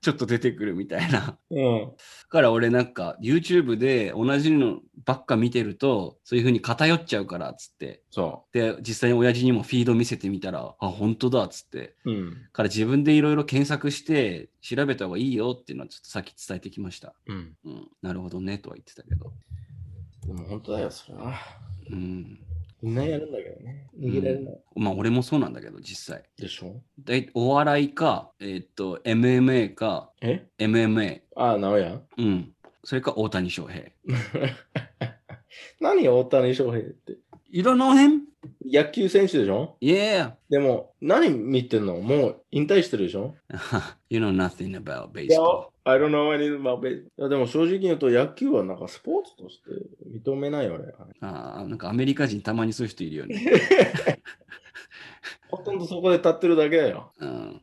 Speaker 1: ちょっと出てくるみたいな。
Speaker 2: うん。
Speaker 1: だから俺なんか、YouTube で同じのばっか見てると、そういう風に偏っちゃうから、つって。
Speaker 2: そ
Speaker 1: で、実際に親父にもフィード見せてみたら、あ、本当だ、つって。
Speaker 2: う。うん。
Speaker 1: から自分でいろいろ検索して調べた方がいいよっていうのはちょっとさっき伝えてきました。
Speaker 2: うん。
Speaker 1: うん、なるほどねとは言ってたけど。
Speaker 2: でも本当だよ、それは。
Speaker 1: うん。
Speaker 2: みんなやるんだけどね。逃げられない。
Speaker 1: まあ、俺もそうなんだけど、実際。
Speaker 2: でしょ
Speaker 1: だいお笑いか、えーっと、MMA か、
Speaker 2: え
Speaker 1: MMA。
Speaker 2: ああ、なおやん。
Speaker 1: うん。それか大谷翔平。
Speaker 2: <laughs> 何よ、大谷翔平って。
Speaker 1: You don't know him?
Speaker 2: 野球選手でしょ
Speaker 1: Yeah. <laughs>
Speaker 2: でも、何見てんのもう引退してるでしょ
Speaker 1: you know nothing about
Speaker 2: いや
Speaker 1: baseball.、
Speaker 2: I don't know anything about baseball. いやでも正直言うと野球はなんかスポーツとして認めないよね。
Speaker 1: あーなんかアメリカ人たまにそういう人いるよね。
Speaker 2: ほとんどそこで立ってるだけだよ。
Speaker 1: うん、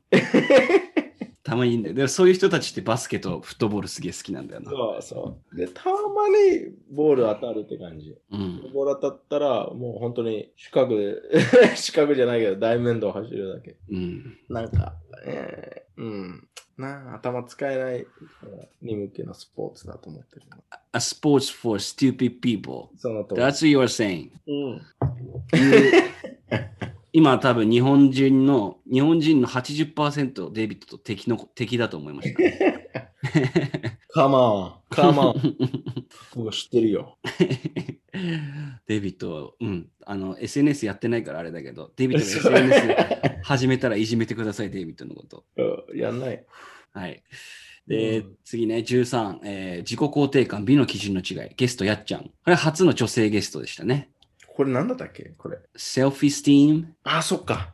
Speaker 1: たまにいるんだよ。でもそういう人たちってバスケとフットボールすげえ好きなんだよな。
Speaker 2: そうそう。で、たまにボール当たるって感じ。
Speaker 1: うん。
Speaker 2: ボール当たったらもう本当に四角で、 <laughs> 四角じゃないけど大面倒走るだけ。
Speaker 1: うん。
Speaker 2: なんか、えー、うん。なあ、頭使えないからに向けのスポーツだと思ってるな。
Speaker 1: A sports for stupid people.
Speaker 2: そのとおり。
Speaker 1: That's what you're saying.
Speaker 2: うん。
Speaker 1: 今多分日本人の、日本人の80%デイビッドと敵の敵だと思いました。 <laughs>
Speaker 2: カマン、カマン。
Speaker 1: <laughs>
Speaker 2: 僕知ってるよ。
Speaker 1: デイビッドは、うん、あの、SNS やってないからあれだけど、デイビッドが SNS 始めたらいじめてください、デイビッドのこと。
Speaker 2: うんやんない。
Speaker 1: はい。で、
Speaker 2: うん
Speaker 1: 次ね、13、えー自己肯定感、美の基準の違い、ゲストやっちゃん。これは初の女性ゲストでしたね。
Speaker 2: これなんだったっけこれ。
Speaker 1: セルフィスティーム。
Speaker 2: あ、そっか。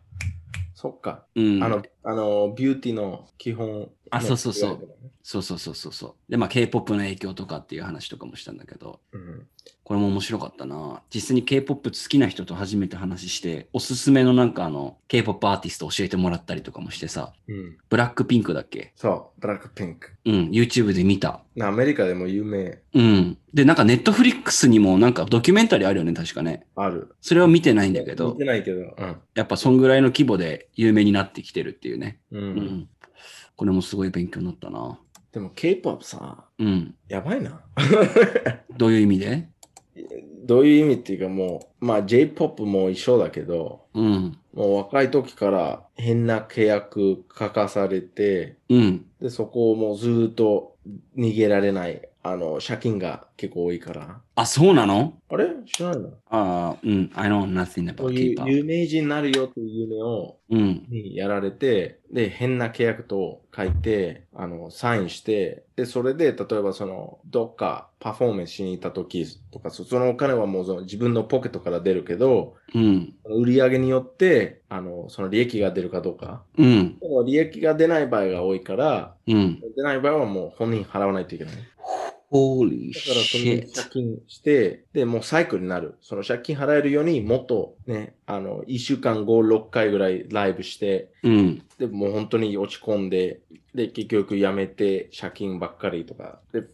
Speaker 2: そっか。
Speaker 1: うん。
Speaker 2: あの、あの、ビューティーの基本。
Speaker 1: あそうそうそう。そうそうそうそうそう。で、まあ、K-POP の影響とかっていう話とかもしたんだけど、
Speaker 2: うん。
Speaker 1: これも面白かったな。実際に K-POP 好きな人と初めて話して、おすすめのなんかあの、K-POP アーティスト教えてもらったりとかもしてさ、
Speaker 2: うん。
Speaker 1: ブラックピンクだっけ
Speaker 2: そう、ブラックピンク。
Speaker 1: うん、YouTube で見た。
Speaker 2: アメリカでも有名
Speaker 1: うん。で、なんか Netflix にもなんかドキュメンタリーあるよね、確かね。
Speaker 2: ある。
Speaker 1: それは見てないんだけど
Speaker 2: 見て、ないけど。うん。
Speaker 1: やっぱそんぐらいの規模で有名になってきてるっていうね。
Speaker 2: うん。
Speaker 1: うん。これもすごい勉強になったな。
Speaker 2: でも K-POP さ、
Speaker 1: うん。
Speaker 2: やばいな。 <laughs>
Speaker 1: どういう意味で
Speaker 2: どういう意味っていうかもう、まあ J-POP も一緒だけど、
Speaker 1: うん。
Speaker 2: もう若い時から変な契約書かされて、
Speaker 1: うん。
Speaker 2: で、そこをもうずーっと逃げられない、あの、借金が結構多いから。
Speaker 1: あ、そうなの
Speaker 2: あれ知らないの
Speaker 1: ああ、うん。I know nothing
Speaker 2: こ
Speaker 1: about
Speaker 2: ういう
Speaker 1: K-pop.
Speaker 2: 有名人になるよっていう夢を
Speaker 1: うん。
Speaker 2: にやられて、で、変な契約と書いて、あの、サインして、で、それで、例えばその、どっかパフォーマンスしに行った時とか、そそのお金はもうその自分のポケットから出るけど、
Speaker 1: うん。
Speaker 2: 売り上げによって、あの、その利益が出るかどうか。
Speaker 1: うん。
Speaker 2: でも利益が出ない場合が多いから、
Speaker 1: うん。
Speaker 2: 出ない場合はもう本人払わないといけない。
Speaker 1: Holy
Speaker 2: だからその借
Speaker 1: shit.
Speaker 2: 金して、で、もうサイクルになる。その借金払えるようにもっとね、あの、1週間後6回ぐらいライブして、
Speaker 1: うん。
Speaker 2: で、もう本当に落ち込んで、で、結局辞めて借金ばっかりとか、で、ふ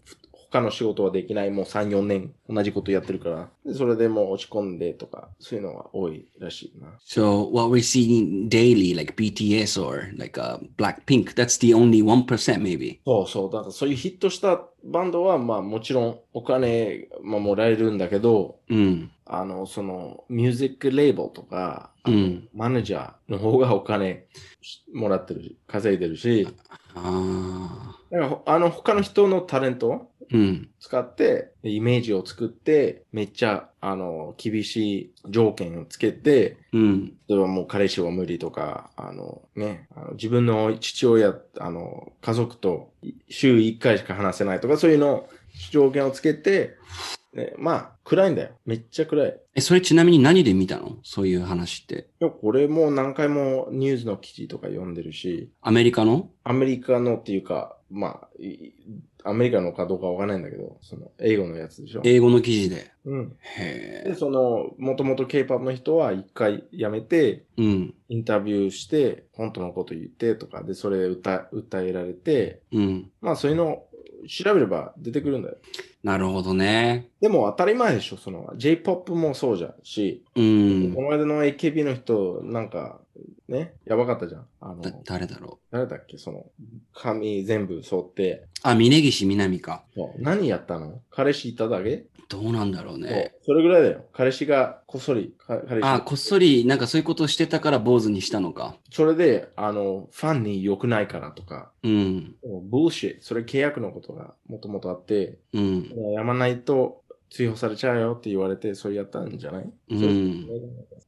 Speaker 2: 他の仕事はできない、もう3、4年同じことやってるから、で、それでもう落ち込んでとか、そういうのは多いらしいな。
Speaker 1: So what we're seeing daily, like BTS or like uh, Blackpink, that's the only 1% maybe.
Speaker 2: そうそう、だからそういうヒットしたバンドは、まあもちろんお金、まあ、もらえるんだけど、
Speaker 1: うん。
Speaker 2: あの、その、ミュージックレーベルとか、あの
Speaker 1: うん
Speaker 2: マネージャーの方がお金もらってるし、稼いでるし、
Speaker 1: ああ。
Speaker 2: だからほあの、他の人のタレント
Speaker 1: うん。
Speaker 2: 使って、でイメージを作って、めっちゃ、あの、厳しい条件をつけて、
Speaker 1: うん。
Speaker 2: 例えばもう彼氏は無理とか、あの、ね、あの自分の父親、あの、家族とい週1回しか話せないとか、そういうのを条件をつけて、ね、まあ、暗いんだよ。めっちゃ暗い。
Speaker 1: え、それちなみに何で見たのそういう話って。
Speaker 2: でもこれもう何回もニュースの記事とか読んでるし、
Speaker 1: アメリカの
Speaker 2: アメリカのっていうか、まあ、いアメリカのかどうかわかんないんだけど、その、英語のやつでしょ。
Speaker 1: 英語の記事で。
Speaker 2: うん。
Speaker 1: へ
Speaker 2: で、
Speaker 1: え。
Speaker 2: その、もともと K-POP の人は一回辞めて、
Speaker 1: うん。
Speaker 2: インタビューして、本当のこと言ってとか、で、それ歌、歌えられて、
Speaker 1: うん。
Speaker 2: まあ、そういうのを調べれば出てくるんだよ。
Speaker 1: なるほどね。
Speaker 2: でも当たり前でしょ、その、J-POP もそうじゃんし、
Speaker 1: うん
Speaker 2: こ。の間の AKB の人、なんか、ね、やばかったじゃん。あの
Speaker 1: だ、誰だろう。
Speaker 2: 誰だっけ、その、髪全部剃って、
Speaker 1: あ、峯岸みなみか。
Speaker 2: そう何やったの彼氏いただけ、
Speaker 1: どうなんだろうね。
Speaker 2: そうそれぐらいだよ。彼氏がこっそり、か彼氏
Speaker 1: あ、こっそり、なんかそういうことをしてたから坊主にしたのか。
Speaker 2: それで、あの、ファンに良くないからとか、
Speaker 1: うん。
Speaker 2: もうブーシット、それ契約のことがもともとあって、
Speaker 1: うん。
Speaker 2: やまないと、追放されちゃうよって言われて、それやったんじゃない、
Speaker 1: う。
Speaker 2: そうん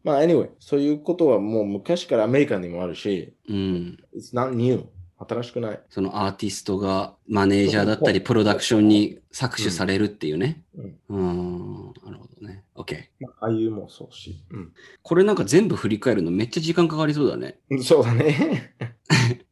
Speaker 2: まあ、anyway、そういうことはもう昔からアメリカにもあるし、
Speaker 1: うん。
Speaker 2: it's not new. 新しくない。
Speaker 1: そのアーティストがマネージャーだったり、プロダクションに搾取されるっていうね。
Speaker 2: うん
Speaker 1: うん。なるほどね。OK。
Speaker 2: まあ、あゆもそうし。
Speaker 1: これなんか全部振り返るのめっちゃ時間かかりそうだね。
Speaker 2: うん。 <laughs> そうだね。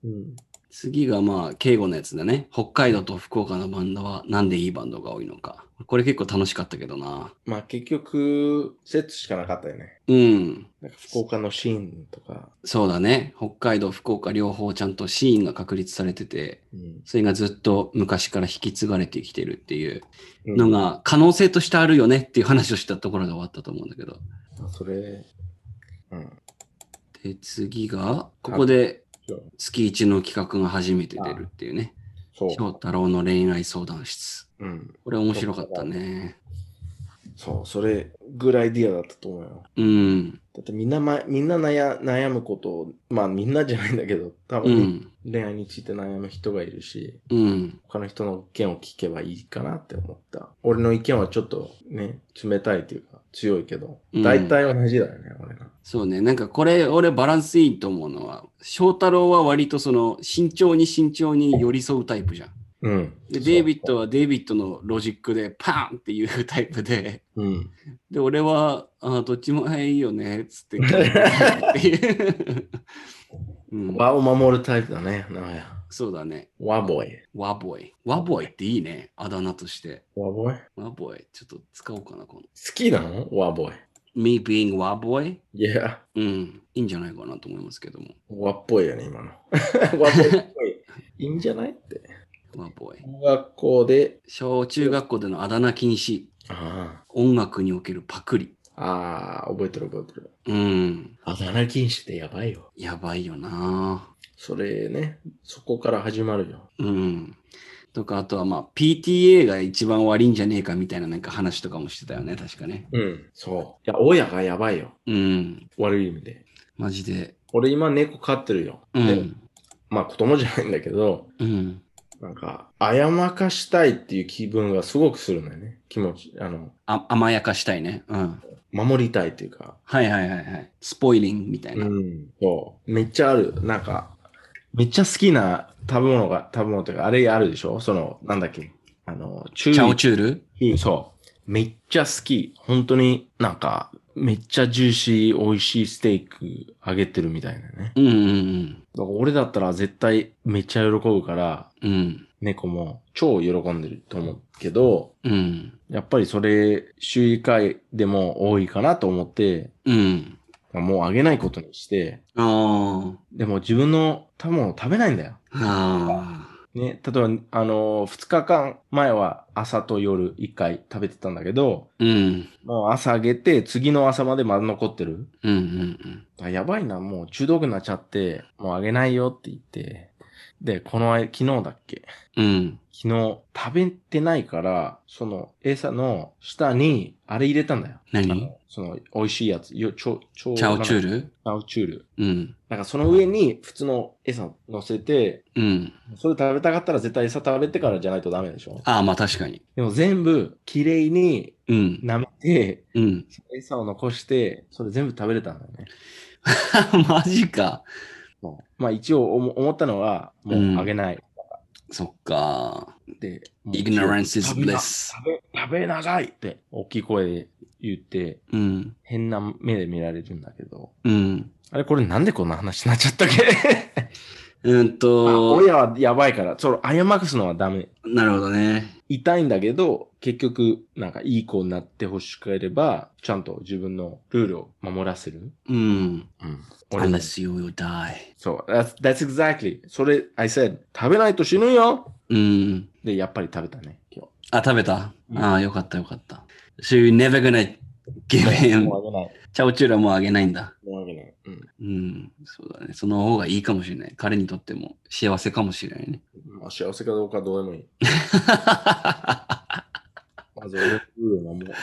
Speaker 2: うん。
Speaker 1: 次がまあ、敬語のやつだね。北海道と福岡のバンドはなんでいいバンドが多いのか。これ結構楽しかったけどな。
Speaker 2: まあ、結局、セットしかなかったよね。
Speaker 1: うん。
Speaker 2: なんか福岡のシーンとか。
Speaker 1: そうだね。北海道、福岡両方ちゃんとシーンが確立されてて、
Speaker 2: うん。
Speaker 1: それがずっと昔から引き継がれてきてるっていう
Speaker 2: うん
Speaker 1: のが可能性としてあるよねっていう話をしたところで終わったと思うんだけど。
Speaker 2: それ、うん。
Speaker 1: で、次が、ここで
Speaker 2: そう
Speaker 1: 月一の企画が初めて出るっていうね。
Speaker 2: そ
Speaker 1: 翔太郎の恋愛相談室。
Speaker 2: う。うん。
Speaker 1: これ面白かったね。
Speaker 2: そう、それぐらいアイディアだったと思うよ。
Speaker 1: うん。
Speaker 2: だってみんな、ま、みんな悩悩むことを、まあみんなじゃないんだけど、多
Speaker 1: う
Speaker 2: 分、
Speaker 1: ん。
Speaker 2: 恋愛について悩む人がいるし、
Speaker 1: うん。
Speaker 2: 他の人の意見を聞けばいいかなって思った。俺の意見はちょっとね、冷たいというか強いけど
Speaker 1: う、ん
Speaker 2: 大体同じだよね、俺ら。
Speaker 1: そうね。なんかこれ、俺バランスいいと思うのは、翔太郎は割とその慎重に慎重に寄り添うタイプじゃん。
Speaker 2: うん。
Speaker 1: で、
Speaker 2: そう
Speaker 1: デイビッドはデイビッドのロジックでパーンっていうタイプで、
Speaker 2: うん。
Speaker 1: で、俺は、あーどっちもはいいいよね、っつって。 <laughs> っていう。うん、
Speaker 2: 和を守るタイプだね、なんや。
Speaker 1: そうだね。
Speaker 2: 和ボーイ。
Speaker 1: ワボイ。ワボイっていいね、あだ名として。
Speaker 2: 和ボーイ好
Speaker 1: ワボイ、ちょっと使おうかな、この。
Speaker 2: きなの和ボー
Speaker 1: Me being ワボイ
Speaker 2: イ。いや、
Speaker 1: うん、いいんじゃないかなと思いますけども。
Speaker 2: 和っぽいよね、今の。 <laughs> 和ボーイっぽい。いいんじゃないって。
Speaker 1: ワボイ。
Speaker 2: 小学校で、
Speaker 1: 小中学校でのあだ名禁止。
Speaker 2: あ
Speaker 1: 音楽におけるパクリ。
Speaker 2: あ、ああ、覚えてる覚えてる。
Speaker 1: うん、
Speaker 2: あだ名禁止ってやばいよ。
Speaker 1: やばいよな
Speaker 2: それね、そこから始まるよ。
Speaker 1: うん。とか、あとはまあ、PTA が一番悪いんじゃねえかみたいななんか話とかもしてたよね、確かね。
Speaker 2: うん。そう。いや、親がやばいよ。
Speaker 1: うん。
Speaker 2: 悪い意味で。
Speaker 1: マジで。
Speaker 2: 俺今猫飼ってるよ。
Speaker 1: う
Speaker 2: で
Speaker 1: ん。
Speaker 2: まあ子供じゃないんだけど、
Speaker 1: うん。
Speaker 2: なんか、あやまかしたいっていう気分がすごくするんだよね。気持ち、あの、
Speaker 1: あ甘やかしたいね。うん。
Speaker 2: 守りたいっていうか。
Speaker 1: はいはいはいはい。スポイリングみたいな。
Speaker 2: ん。そう。めっちゃある。なんか、めっちゃ好きな食べ物が、食べ物というか、あれあるでしょその、なんだっけ。あの、中
Speaker 1: チャオチュール
Speaker 2: そう。めっちゃ好き。本当になんか、めっちゃジューシー、美味しいステーキあげてるみたいなね。
Speaker 1: うんうん
Speaker 2: だから俺だったら絶対めっちゃ喜ぶから、
Speaker 1: うん。うん。
Speaker 2: 猫も超喜んでると思うけど、
Speaker 1: うん。
Speaker 2: やっぱりそれ、週1回でも多いかなと思って、
Speaker 1: うん。
Speaker 2: もうあげないことにして、
Speaker 1: あ
Speaker 2: でも自分の食べ物を食べないんだよ。
Speaker 1: あ。ああ。
Speaker 2: ね、例えば、あの、2日間前は朝と夜1回食べてたんだけど、
Speaker 1: うん。
Speaker 2: もう朝あげて、次の朝までまだ残ってる。
Speaker 1: うんうん
Speaker 2: あやばいな、もう中毒になっちゃって、もうあげないよって言って。で、この間、昨日だっけ
Speaker 1: うん。うん。
Speaker 2: 昨日、食べてないから、その餌の下に、あれ入れたんだよ。あ
Speaker 1: 何
Speaker 2: のその、美味しいやつ。よちょちょ
Speaker 1: チャオチュー
Speaker 2: ル。
Speaker 1: ル
Speaker 2: チャオチュール。
Speaker 1: うん。
Speaker 2: なんかその上に、普通の餌乗せて、
Speaker 1: うん。
Speaker 2: それ食べたかったら絶対餌食べてからじゃないとダメでしょ
Speaker 1: ああ、まあ確かに。
Speaker 2: でも全部、綺麗に
Speaker 1: うん。
Speaker 2: 舐めて、
Speaker 1: うん。 <laughs>
Speaker 2: 餌を残して、それ全部食べれたんだよね。
Speaker 1: マジか。
Speaker 2: まあ一応思思ったのは、もうあげない。
Speaker 1: そっか。
Speaker 2: で、
Speaker 1: Ignorance is
Speaker 2: 食べな
Speaker 1: bliss.
Speaker 2: 食べ食べなさいって大きい声で言って、
Speaker 1: うん。
Speaker 2: 変な目で見られるんだけど。
Speaker 1: うん。
Speaker 2: あれ、これなんでこんな話になっちゃったっ
Speaker 1: <laughs>
Speaker 2: け
Speaker 1: うん
Speaker 2: あ
Speaker 1: と、
Speaker 2: 親はやばいから、その、謝すのはダメ。
Speaker 1: なるほどね。
Speaker 2: 痛いんだけど、結局、なんかいい子になってほしければ、ちゃんと自分のルールを守らせる。
Speaker 1: うん。
Speaker 2: うん。俺も
Speaker 1: Unless you will die.
Speaker 2: そう。That's, that's exactly. それ、I said, 食べないと死ぬよ
Speaker 1: うん。
Speaker 2: で、やっぱり食べたね、今
Speaker 1: あ、食べた、
Speaker 2: うん
Speaker 1: ああ、よかったよかった。So you're never gonna give
Speaker 2: 日。 <laughs>
Speaker 1: him
Speaker 2: もうあげない。
Speaker 1: チャオチュールはもうあげないんだ。
Speaker 2: もうあげない。うん。
Speaker 1: うん。そうだね。その方がいいかもしれない。彼にとっても幸せかもしれないね。 <laughs>
Speaker 2: まあ、幸せかどうかどうでもいい。まず俺のルールを守る。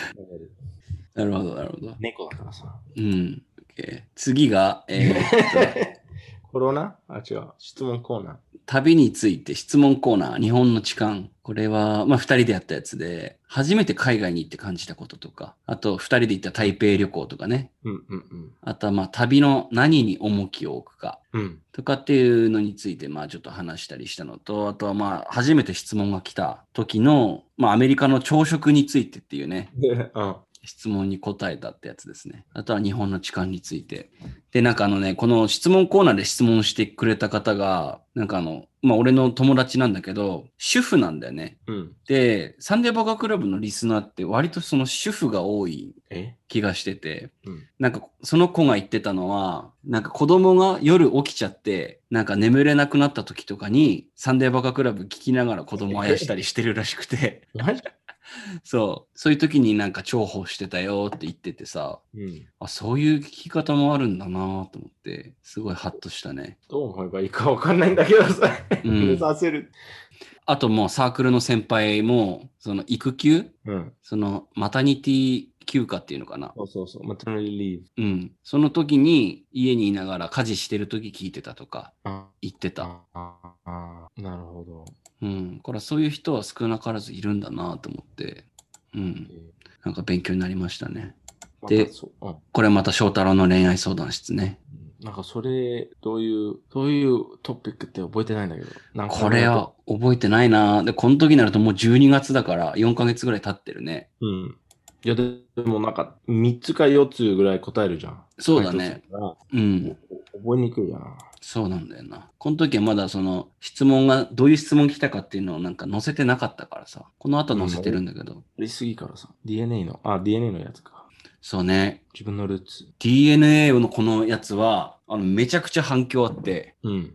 Speaker 1: なるほど、なるほど。
Speaker 2: 猫だからさ。
Speaker 1: うん。OK 次が、え
Speaker 2: <laughs>
Speaker 1: ー
Speaker 2: コロナあ、違う。質問コーナ
Speaker 1: 旅について質問コーナー、日本の痴漢。これは、まあ、二人でやったやつで、初めて海外に行って感じたこととか、あと、二人で行った台北旅行とかね、
Speaker 2: うんうんうん。
Speaker 1: あとは、まあ、旅の何に重きを置くか、
Speaker 2: うん。
Speaker 1: とかっていうのについて、まあ、ちょっと話したりしたのと、あとは、まあ、初めて質問が来た時の、まあ、アメリカの朝食についてっていうね、
Speaker 2: で、あ、
Speaker 1: 質問に答えたってやつですね。あとは日本の痴漢について。で、なんかあのね、この質問コーナーで質問してくれた方が、なんかあの、まあ俺の友達なんだけど、主婦なんだよね。
Speaker 2: うん。
Speaker 1: で、サンデーバカクラブのリスナーって割とその主婦が多い
Speaker 2: え
Speaker 1: 気がしてて、
Speaker 2: うん
Speaker 1: なんかその子が言ってたのは、なんか子供が夜起きちゃって、なんか眠れなくなった時とかに、サンデーバカクラブ聞きながら子供あやしたりしてるらしくて、 <laughs>
Speaker 2: マジか。
Speaker 1: そう、そういう時になんか重宝してたよって言っててさ、
Speaker 2: うん。
Speaker 1: あ、そういう聞き方もあるんだなと思って、すごいハッとしたね。
Speaker 2: どう思えばいいかわかんないんだけどさ。 <laughs>
Speaker 1: う
Speaker 2: 目
Speaker 1: ん
Speaker 2: 指、せる。
Speaker 1: あともうサークルの先輩も、その育休
Speaker 2: うん。
Speaker 1: そのマタニティ休暇っていうのかな
Speaker 2: そうそうそう。マタナリリーブ。
Speaker 1: うん。その時に家にいながら家事してる時聞いてたとか
Speaker 2: あ
Speaker 1: 言ってた。
Speaker 2: あああなるほど。
Speaker 1: うん。これはそういう人は少なからずいるんだなと思って、うん。なんか勉強になりましたね。で
Speaker 2: まあそううん
Speaker 1: これまた翔太郎の恋愛相談室ね。
Speaker 2: なんかそれ、どういう、どういうトピックって覚えてないんだけど。なんか
Speaker 1: これ。は覚えてないなで、この時になるともう12月だから4ヶ月ぐらい経ってるね。
Speaker 2: うん。いや、でもなんか、3つか4つぐらい答えるじゃん。
Speaker 1: そうだね。
Speaker 2: 回答
Speaker 1: うん。
Speaker 2: するから。覚えにくいやな。
Speaker 1: そうなんだよな。この時はまだその質問が、どういう質問来たかっていうのをなんか載せてなかったからさ。この後載せてるんだけど。
Speaker 2: やりすぎからさ。DNA の、あ、DNA のやつか。
Speaker 1: そうね。
Speaker 2: 自分のルーツ。
Speaker 1: DNA のこのやつは、あの、めちゃくちゃ反響あって、
Speaker 2: うん。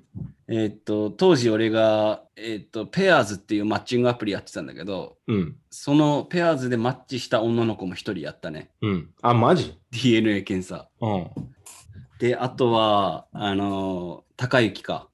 Speaker 1: えーっと、当時俺が、えーっと、ペアーズっていうマッチングアプリやってたんだけど、
Speaker 2: うん。
Speaker 1: そのペアーズでマッチした女の子も一人やったね。
Speaker 2: うん。あ、マジ
Speaker 1: DNA 検査。
Speaker 2: うん。うん。
Speaker 1: で、あとは、あのー、高雪か。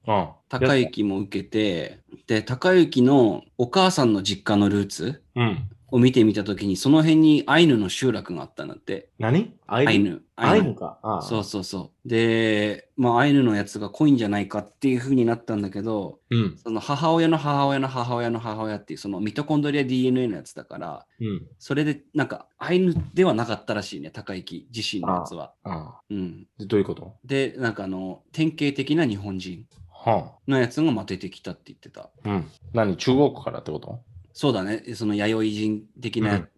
Speaker 1: 高
Speaker 2: い。
Speaker 1: 雪も受けて、で、高雪のお母さんの実家のルーツ
Speaker 2: うん。
Speaker 1: を見てみたときに、その辺にアイヌの集落があったんだって。
Speaker 2: 何ア
Speaker 1: アイ
Speaker 2: ヌ。
Speaker 1: ヌ。
Speaker 2: アイヌか。ああ
Speaker 1: そうそうそう。で、まあ、アイヌのやつが濃いんじゃないかっていう風になったんだけど、
Speaker 2: うん。
Speaker 1: その母親の母親の母親の母親っていう、そのミトコンドリア DNA のやつだから、
Speaker 2: うん。
Speaker 1: それで、なんか、アイヌではなかったらしいね、高雪自身のやつは。
Speaker 2: ああ。
Speaker 1: うん。
Speaker 2: で、どういうこと
Speaker 1: で、なんかあの、典型的な日本人
Speaker 2: は
Speaker 1: のやつがまあ出てきたって言ってた。
Speaker 2: あ。うん。何中国からってこと
Speaker 1: そうだね、その弥生人的
Speaker 2: う
Speaker 1: なん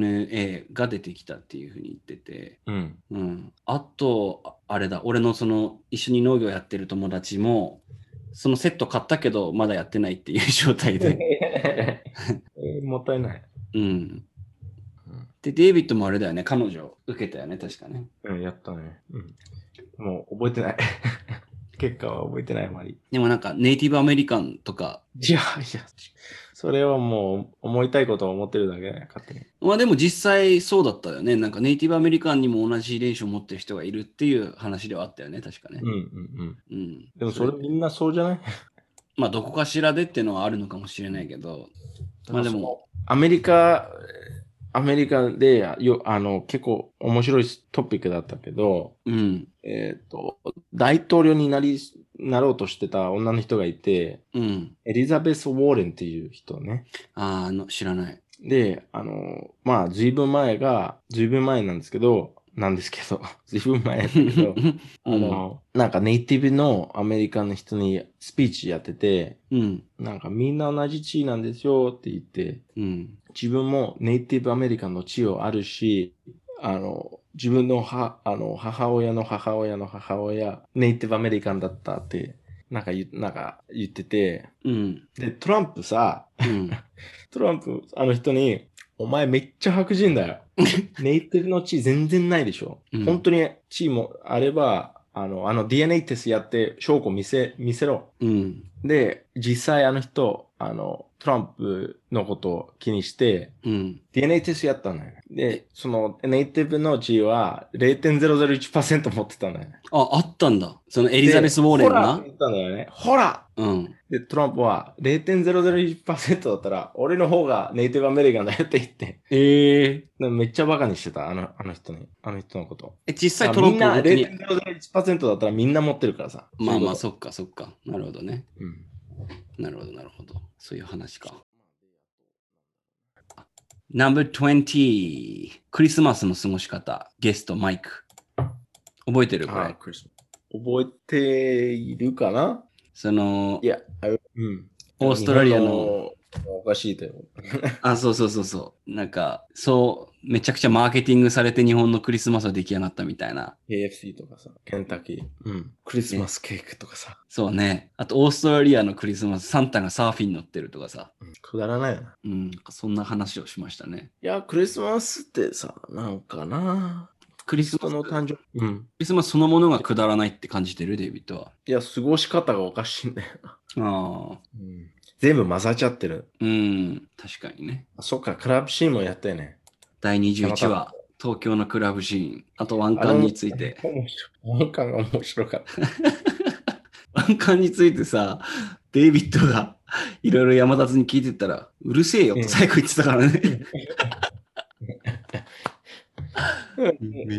Speaker 1: DNA が出てきたっていう風に言ってて、 <laughs>
Speaker 2: うん。
Speaker 1: うん、あと、ああれだ、俺のその一緒に農業やってる友達も、そのセット買ったけど、まだやってないっていう状態で。
Speaker 2: えーもったいない。
Speaker 1: うん
Speaker 2: うん。
Speaker 1: で、デイビッドもあれだよね、彼女受けたよね、確かね。
Speaker 2: うん、やったね。うん。もう覚えてない。 <laughs> 結果は覚えてないあまり。
Speaker 1: でもなんか、ネイティブアメリカンとか、
Speaker 2: いや、いや、それはもう思いたいことを思ってるだけだよ、勝手に。
Speaker 1: まあでも実際そうだったよね。なんかネイティブアメリカンにも同じ遺伝子を持ってる人がいるっていう話ではあったよね、確かね
Speaker 2: うん。うんうん。
Speaker 1: うん。
Speaker 2: でもそれみんなそうじゃない
Speaker 1: まあどこかしらでっていうのはあるのかもしれないけど、まあでも、
Speaker 2: アメリカ、アメリカでよあの結構面白いトピックだったけど、
Speaker 1: うん、
Speaker 2: えっ、と、大統領になり、なろうとしてた女の人がいて、
Speaker 1: うん。
Speaker 2: エリザベス・ウォーレンっていう人ね。
Speaker 1: あーあの、知らない。
Speaker 2: で、あの、まあ、ずいぶん前が、ずいぶん前なんですけど、なんですけど、 <laughs> ずいぶん前なんです
Speaker 1: <laughs>
Speaker 2: けど、あの、なんかネイティブのアメリカの人にスピーチやってて、
Speaker 1: うん、
Speaker 2: なんかみんな同じ地位なんですよって言って、
Speaker 1: うん、
Speaker 2: 自分もネイティブアメリカンの地位はあるし、あの、自分のは、あの、母親の母親の母親、ネイティブアメリカンだったって、なんか言、なんか言ってて、
Speaker 1: うん、
Speaker 2: で、トランプさ、
Speaker 1: うん。
Speaker 2: トランプ、あの人に、お前めっちゃ白人
Speaker 1: <laughs>
Speaker 2: だよ。ネイティブの地全然ないでしょ。
Speaker 1: うん
Speaker 2: 本当に地もあれば、あの、あの DNA テストやって証拠見せ、見せろ。
Speaker 1: うん、
Speaker 2: で、実際あの人、あの、トランプのことを気にして、
Speaker 1: うん。
Speaker 2: DNA テストやったのよ。で、そのネイティブの地は0.001%持ってたのよ。
Speaker 1: あ、あったんだ。そのエリザベス・ウォーレン
Speaker 2: ほら
Speaker 1: が
Speaker 2: って言ったのよね。ほら
Speaker 1: うん。
Speaker 2: で、トランプは0.001%だったら、俺の方がネイティブアメリカンだよって言って。
Speaker 1: ええ。
Speaker 2: でもめっちゃバカにしてた、あのあの人に、あの人のこと。
Speaker 1: え、実際
Speaker 2: あ
Speaker 1: トラン
Speaker 2: みん
Speaker 1: プは
Speaker 2: な
Speaker 1: 本当に。
Speaker 2: 0.001%だったらみんな持ってるからさ。
Speaker 1: まあまあ、
Speaker 2: そ
Speaker 1: そっかそっか。なるほどね。
Speaker 2: ういうこ
Speaker 1: なるほど、なるほど。そういう話か。
Speaker 2: と。
Speaker 1: Number 20、クリスマスの過ごし方、ゲスト、マイク。覚えてるこ
Speaker 2: あー
Speaker 1: れ。
Speaker 2: クリスマス覚えているかな
Speaker 1: その
Speaker 2: い、や、あうん。
Speaker 1: オーストラリアの、
Speaker 2: 日本のおかしいだよ。
Speaker 1: あ、そうそうそうそう。なんか、そう、めちゃくちゃマーケティングされて日本のクリスマスは出来上がったみたいな。
Speaker 2: KFC とかさ、ケンタッキー、うん、クリスマスケーキとかさ、
Speaker 1: そうね。あと、オーストラリアのクリスマス、サンタがサーフィン乗ってるとかさ。
Speaker 2: うんくだらないよな。
Speaker 1: うん、そんな話をしましたね。
Speaker 2: いや、クリスマスってさ、なんかな、
Speaker 1: クリス
Speaker 2: 人
Speaker 1: マス
Speaker 2: の誕生日、うん。
Speaker 1: クリスマスそのものがくだらないって感じてる、デイビッドは。
Speaker 2: いや、過ごし方がおかしいんだよな。
Speaker 1: ああ、
Speaker 2: うん、全部混ざっちゃってる。
Speaker 1: うん、確かにね。
Speaker 2: あそっか、クラブシーンもやったよね。
Speaker 1: 第21話、東京のクラブシーン、あとワンカンについて。
Speaker 2: 面白い。なんかが面白かった。
Speaker 1: ワンカンについてさ、デイビッドが <laughs> いろいろ山立に聞いてったら、うるせえよって最後言ってたからね。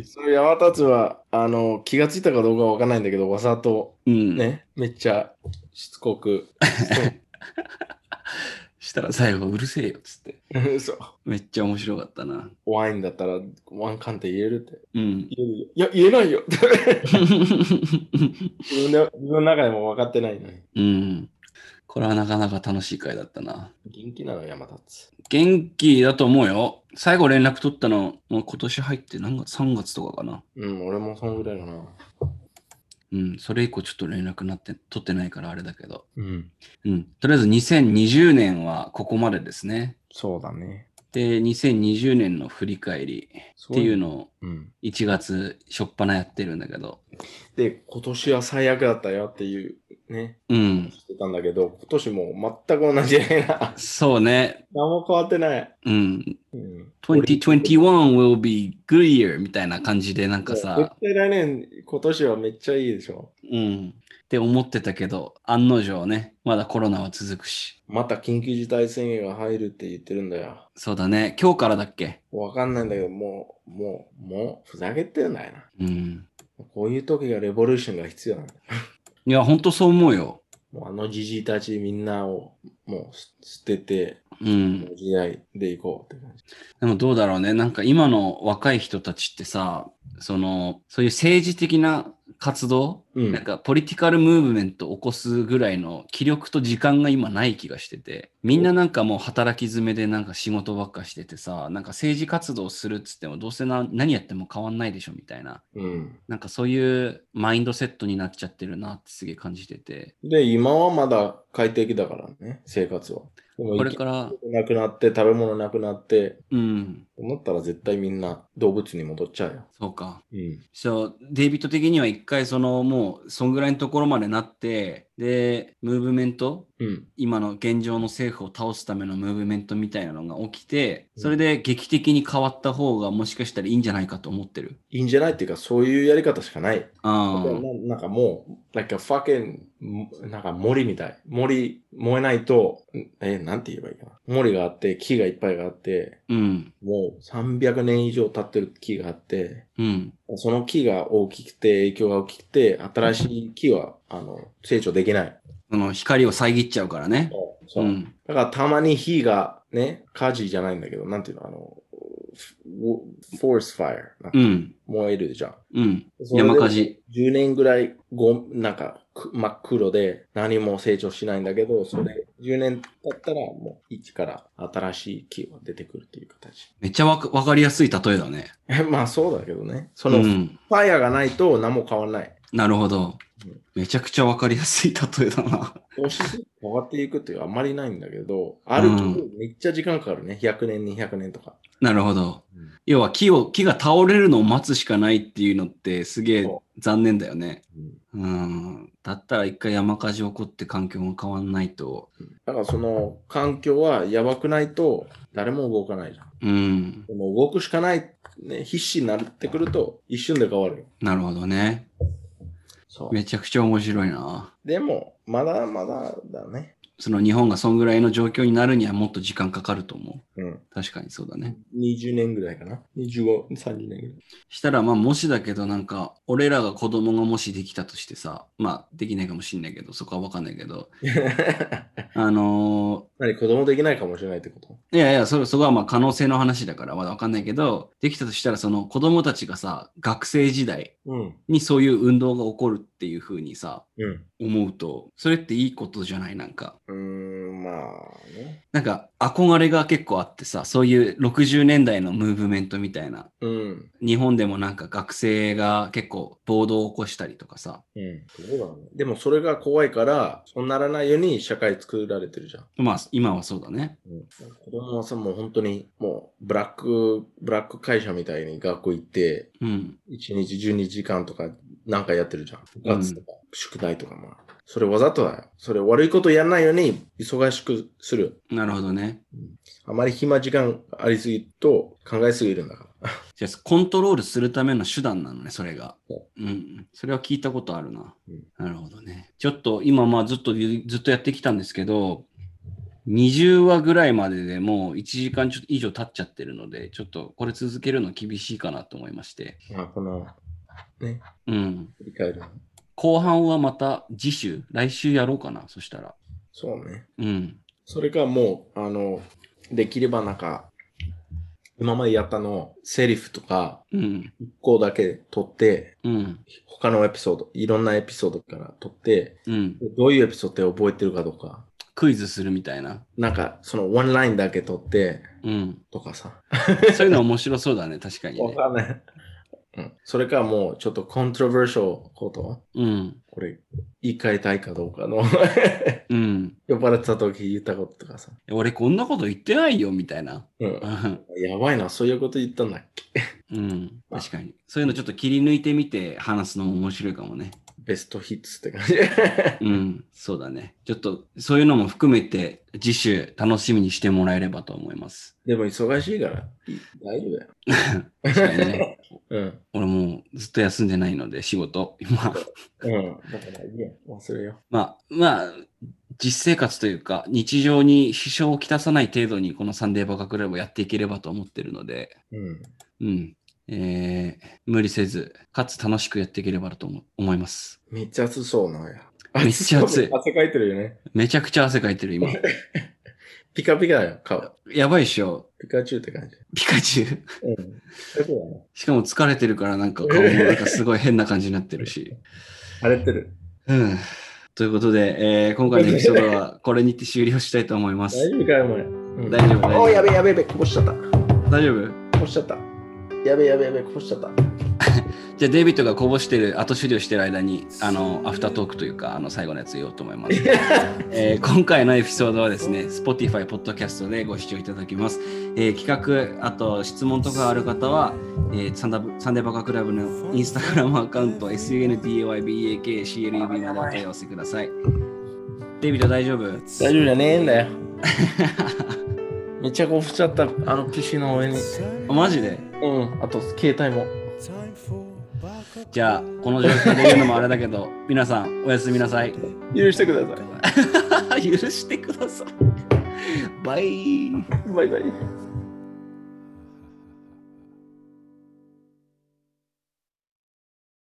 Speaker 2: そう山立は、あの、気がついたかどうかはわかんないんだけど、わざと
Speaker 1: うん。
Speaker 2: ね、めっちゃしつこ <laughs> く。
Speaker 1: したら最後、うるせえよっつって。
Speaker 2: そう。
Speaker 1: めっちゃ面白かったな。
Speaker 2: ワインだったら、ワンカンって言えるって。
Speaker 1: うん。
Speaker 2: 言えるよいや、言えないよ自分で自分の中でも分かってないのに。
Speaker 1: <laughs> うん。これはなかなか楽しい回だったな。
Speaker 2: 元気なの、山立。
Speaker 1: 元気だと思うよ。最後連絡取ったの、もう今年入って何月 ?3 月とかかな。
Speaker 2: うん、俺もそんぐらいだな。
Speaker 1: うん、それ以降ちょっと連絡なって、取ってないからあれだけど。
Speaker 2: うん。
Speaker 1: うん、とりあえず2020年はここまでですね。
Speaker 2: そうだね。
Speaker 1: で、2020年の振り返りっていうのを
Speaker 2: うん。
Speaker 1: 1月初っ端やってるんだけど。
Speaker 2: で、今年は最悪だったよっていうね、
Speaker 1: うん、
Speaker 2: してたんだけど、今年も全く同じやな。
Speaker 1: そうね。
Speaker 2: 何も変わってない。
Speaker 1: うん、
Speaker 2: うん。
Speaker 1: 2021 will be good year みたいな感じでなんか
Speaker 2: 絶
Speaker 1: さ、
Speaker 2: 対来年、今年はめっちゃいいでしょ。
Speaker 1: うん、って思ってたけど、案の定ね、まだコロナは続くし。
Speaker 2: また緊急事態宣言が入るって言ってるんだよ。
Speaker 1: そうだね。今日からだっけ
Speaker 2: わかんないんだけど、もう、もう、もう、ふざけてんだよな。
Speaker 1: うん。
Speaker 2: こういう時がレボリューションが必要なんだよ。
Speaker 1: いや、ほんとそう思うよ。
Speaker 2: もうあのじじいたちみんなをもうす捨てて、
Speaker 1: うん。
Speaker 2: 時代で行こうって感じ。
Speaker 1: でもどうだろうね。なんか今の若い人たちってさ、その、そういう政治的な活動、
Speaker 2: うん
Speaker 1: なんかポリティカルムーブメントを起こすぐらいの気力と時間が今ない気がしてて、みんななんかもう働き詰めでなんか仕事ばっかしててさ、なんか政治活動するっつってもどうせな何やっても変わんないでしょみたいな、
Speaker 2: うん。
Speaker 1: なんかそういうマインドセットになっちゃってるなってすげえ感じてて、
Speaker 2: で、今はまだ快適だからね、生活は。でも
Speaker 1: これから、
Speaker 2: 生きなくなって、食べ物なくなって、
Speaker 1: うん、
Speaker 2: 思ったら絶対みんな動物に戻っちゃうよ。
Speaker 1: そうか。
Speaker 2: うん。
Speaker 1: そうデイビッド的には一回そのもうそんぐらいのところまでなってでムーブメント
Speaker 2: うん。
Speaker 1: 今の現状の政府を倒すためのムーブメントみたいなのが起きてそれで劇的に変わった方がもしかしたらいいんじゃないかと思ってる。
Speaker 2: いいんじゃないっていうか、そういうやり方しかない。
Speaker 1: あ
Speaker 2: でもななんかもう、なんか fucking、なんか森みたい。森、燃えないと、んえ、なんて言えばいいかな。森があって、木がいっぱいがあって、
Speaker 1: うん
Speaker 2: もう300年以上経ってる木があって、
Speaker 1: うん
Speaker 2: その木が大きくて、影響が大きくて、新しい木は、あの、成長できない。
Speaker 1: その光を遮っちゃうからね。
Speaker 2: そうう。
Speaker 1: ん
Speaker 2: だからたまに火が、ね、火事じゃないんだけど、なんていうの、あの、フォースファイア。
Speaker 1: うん
Speaker 2: 燃えるじゃん。
Speaker 1: うん
Speaker 2: それで
Speaker 1: 山火事。
Speaker 2: 10年ぐらいご、なんか、く真っ黒で何も成長しないんだけど、それ10年経ったらもう一から新しい木が出てくるっていう形。 <laughs>
Speaker 1: めっちゃわかわかりやすい例えだね。
Speaker 2: まあそうだけどね。そうのフ
Speaker 1: ん
Speaker 2: ァイアがないと何も変わらない。
Speaker 1: なるほど
Speaker 2: うん。
Speaker 1: めちゃくちゃわかりやすい例えだな。
Speaker 2: 押しず変わっていくっていうのはあんまりないんだけど、あるとめっちゃ時間かかるね。100年、200年とか。
Speaker 1: なるほど。要は木を木が倒れるのを待つしかないっていうのってすげえ
Speaker 2: そ
Speaker 1: 残念だよね。
Speaker 2: うん
Speaker 1: うん。だったら一回山火事起こって環境が変わんないと。
Speaker 2: だからその環境はやばくないと誰も動かないじゃん。
Speaker 1: うん。
Speaker 2: でも動くしかない、ね、必死になってくると一瞬で変わるよ。
Speaker 1: なるほどね。
Speaker 2: そう。
Speaker 1: めちゃくちゃ面白いな。
Speaker 2: でも、まだまだだね。
Speaker 1: その日本がそんぐらいの状況になるにはもっと時間かかると思
Speaker 2: うん。
Speaker 1: う。確かにそうだね。
Speaker 2: 20年ぐらいかな。25、30年ぐらい。
Speaker 1: したら、まあ、もしだけど、なんか、俺らが子供がもしできたとしてさ、まあ、できないかもしんないけど、そこはわかんないけど、あの
Speaker 2: <laughs> 何子供できないかもしれないってこと
Speaker 1: ーいやいや、それ、そこはまあ、可能性の話だから、まだわかんないけど、できたとしたら、その子供たちがさ、学生時代
Speaker 2: うん。
Speaker 1: にそういう運動が起こるっていう風にさ、
Speaker 2: うん。
Speaker 1: 思うと、それっていいことじゃないなんか。
Speaker 2: うーん、まあね。
Speaker 1: なんか、憧れが結構あってさ、そういう60年代のムーブメントみたいな。
Speaker 2: うん。
Speaker 1: 日本でもなんか学生が結構暴動を起こしたりとかさ、
Speaker 2: うん。どうだろうね。でもそれが怖いから、そうならないように社会作られてるじゃん。
Speaker 1: まあ今はそうだね。
Speaker 2: 子供はさ、もう本当に、もう、ブラック、ブラック会社みたいに学校行って、
Speaker 1: うん。
Speaker 2: 1日12時間とか、なんかやってるじゃん。部
Speaker 1: うん
Speaker 2: 活とか、宿題とかも。それわざとだよ。それ悪いことやらないように、忙しくする。
Speaker 1: なるほどね。
Speaker 2: あまり暇時間ありすぎると、考えすぎるんだから。
Speaker 1: じゃあコントロールするための手段なのね、それが
Speaker 2: そ。
Speaker 1: うん。それは聞いたことあるな。
Speaker 2: うん
Speaker 1: なるほどね。ちょっと今まあずっとずずっとやってきたんですけど、20話ぐらいまででもう1時間ちょっと以上経っちゃってるので、ちょっとこれ続けるの厳しいかなと思いまして。
Speaker 2: まあ、この、ね、
Speaker 1: うん。
Speaker 2: 振り返る。
Speaker 1: 後半はまた次週、来週やろうかな、そしたら。
Speaker 2: そうね。
Speaker 1: うん。
Speaker 2: それかもう、あの、できればなんか、今までやったのを、セリフとか、
Speaker 1: うん。
Speaker 2: 1個だけ取って、
Speaker 1: うん。
Speaker 2: 他のエピソード、いろんなエピソードから撮って、
Speaker 1: うん。
Speaker 2: どういうエピソードって覚えてるかとか、
Speaker 1: クイズするみたいな。
Speaker 2: なんかそのワンラインだけ撮って
Speaker 1: うん。
Speaker 2: とかさ。
Speaker 1: そういうの面白 <laughs> そうだね、確かに
Speaker 2: わ
Speaker 1: ね。
Speaker 2: かんない。うん、それかもうちょっとコントロバーシャルこと、
Speaker 1: うん。
Speaker 2: これ言い換えたいかどうかの <laughs>
Speaker 1: うん。
Speaker 2: 呼ばれた時言ったこととかさ。
Speaker 1: 俺こんなこと言ってないよ、みたいな。 <laughs>
Speaker 2: うん
Speaker 1: う、ん
Speaker 2: やばいな、そういうこと言ったんだっけ。
Speaker 1: うん。確かに。そういうのちょっと切り抜いてみて話すのも面白いかもね。
Speaker 2: ベストヒッツって感じ。 <laughs>
Speaker 1: うん。そうだね。ちょっとそういうのも含めて次週楽しみにしてもらえればと思います。 <laughs>
Speaker 2: でも忙しいから、い大丈夫だよ。
Speaker 1: 確かにね。
Speaker 2: うん。
Speaker 1: 俺もうずっと休んでないので仕事。今。 <laughs>
Speaker 2: うん。だからいいや、忘れよ
Speaker 1: まあ、まあ、実生活というか、日常に支障をきたさない程度に、このサンデーバカクラブをやっていければと思ってるので、
Speaker 2: う。うん。
Speaker 1: うん。えー無理せず、かつ楽しくやっていければと思思います。
Speaker 2: めっちゃ暑そうなや。
Speaker 1: めっちゃ暑い
Speaker 2: そう汗かいてるよね。
Speaker 1: めちゃくちゃ汗かいて <laughs> る、今。
Speaker 2: ピカピカだよ、顔。
Speaker 1: やばいっしょ、
Speaker 2: ピカチュウって感じ。
Speaker 1: ピカチュウ。
Speaker 2: うん。そうだね。
Speaker 1: しかも疲れてるから、なんか顔もなんかすごい変な感じになってるし。
Speaker 2: 荒れてる。
Speaker 1: うん。ということで、えー今回のエピソードはこれにて終了したいと思いま
Speaker 2: 大
Speaker 1: す。
Speaker 2: 丈夫かよ、お前。うん
Speaker 1: 大丈夫大丈夫
Speaker 2: おやべえやべえやべえ、こぼしちゃった。こ
Speaker 1: 大丈夫
Speaker 2: ぼしちゃった。やべえやべえやべえ、こぼしちゃった。
Speaker 1: じゃあデイビッドがこぼしてる後処理をしてる間にあのアフタートークというかあの最後のやつ言おうと思い <laughs> ます、えー今回のエピソードはですね Spotify ポッドキャストでご視聴いただきます、えー企画あと質問とかある方は、えーサンダサンデーバカクラブのインスタグラムアカウント SUNDYBAKCLEB までお問い合わせくださいデイビッド大丈夫
Speaker 2: 大丈夫じゃねえんだ <laughs> よ。めっちゃこぼしちゃった、あの PC の上に。
Speaker 1: あマジで
Speaker 2: うん、あと携帯も。
Speaker 1: じゃあこの状況で言うのもあれだけど皆さんおやすみなさい
Speaker 2: 許してくださ
Speaker 1: <laughs> 許してくださいバイ
Speaker 2: い。バイバイ。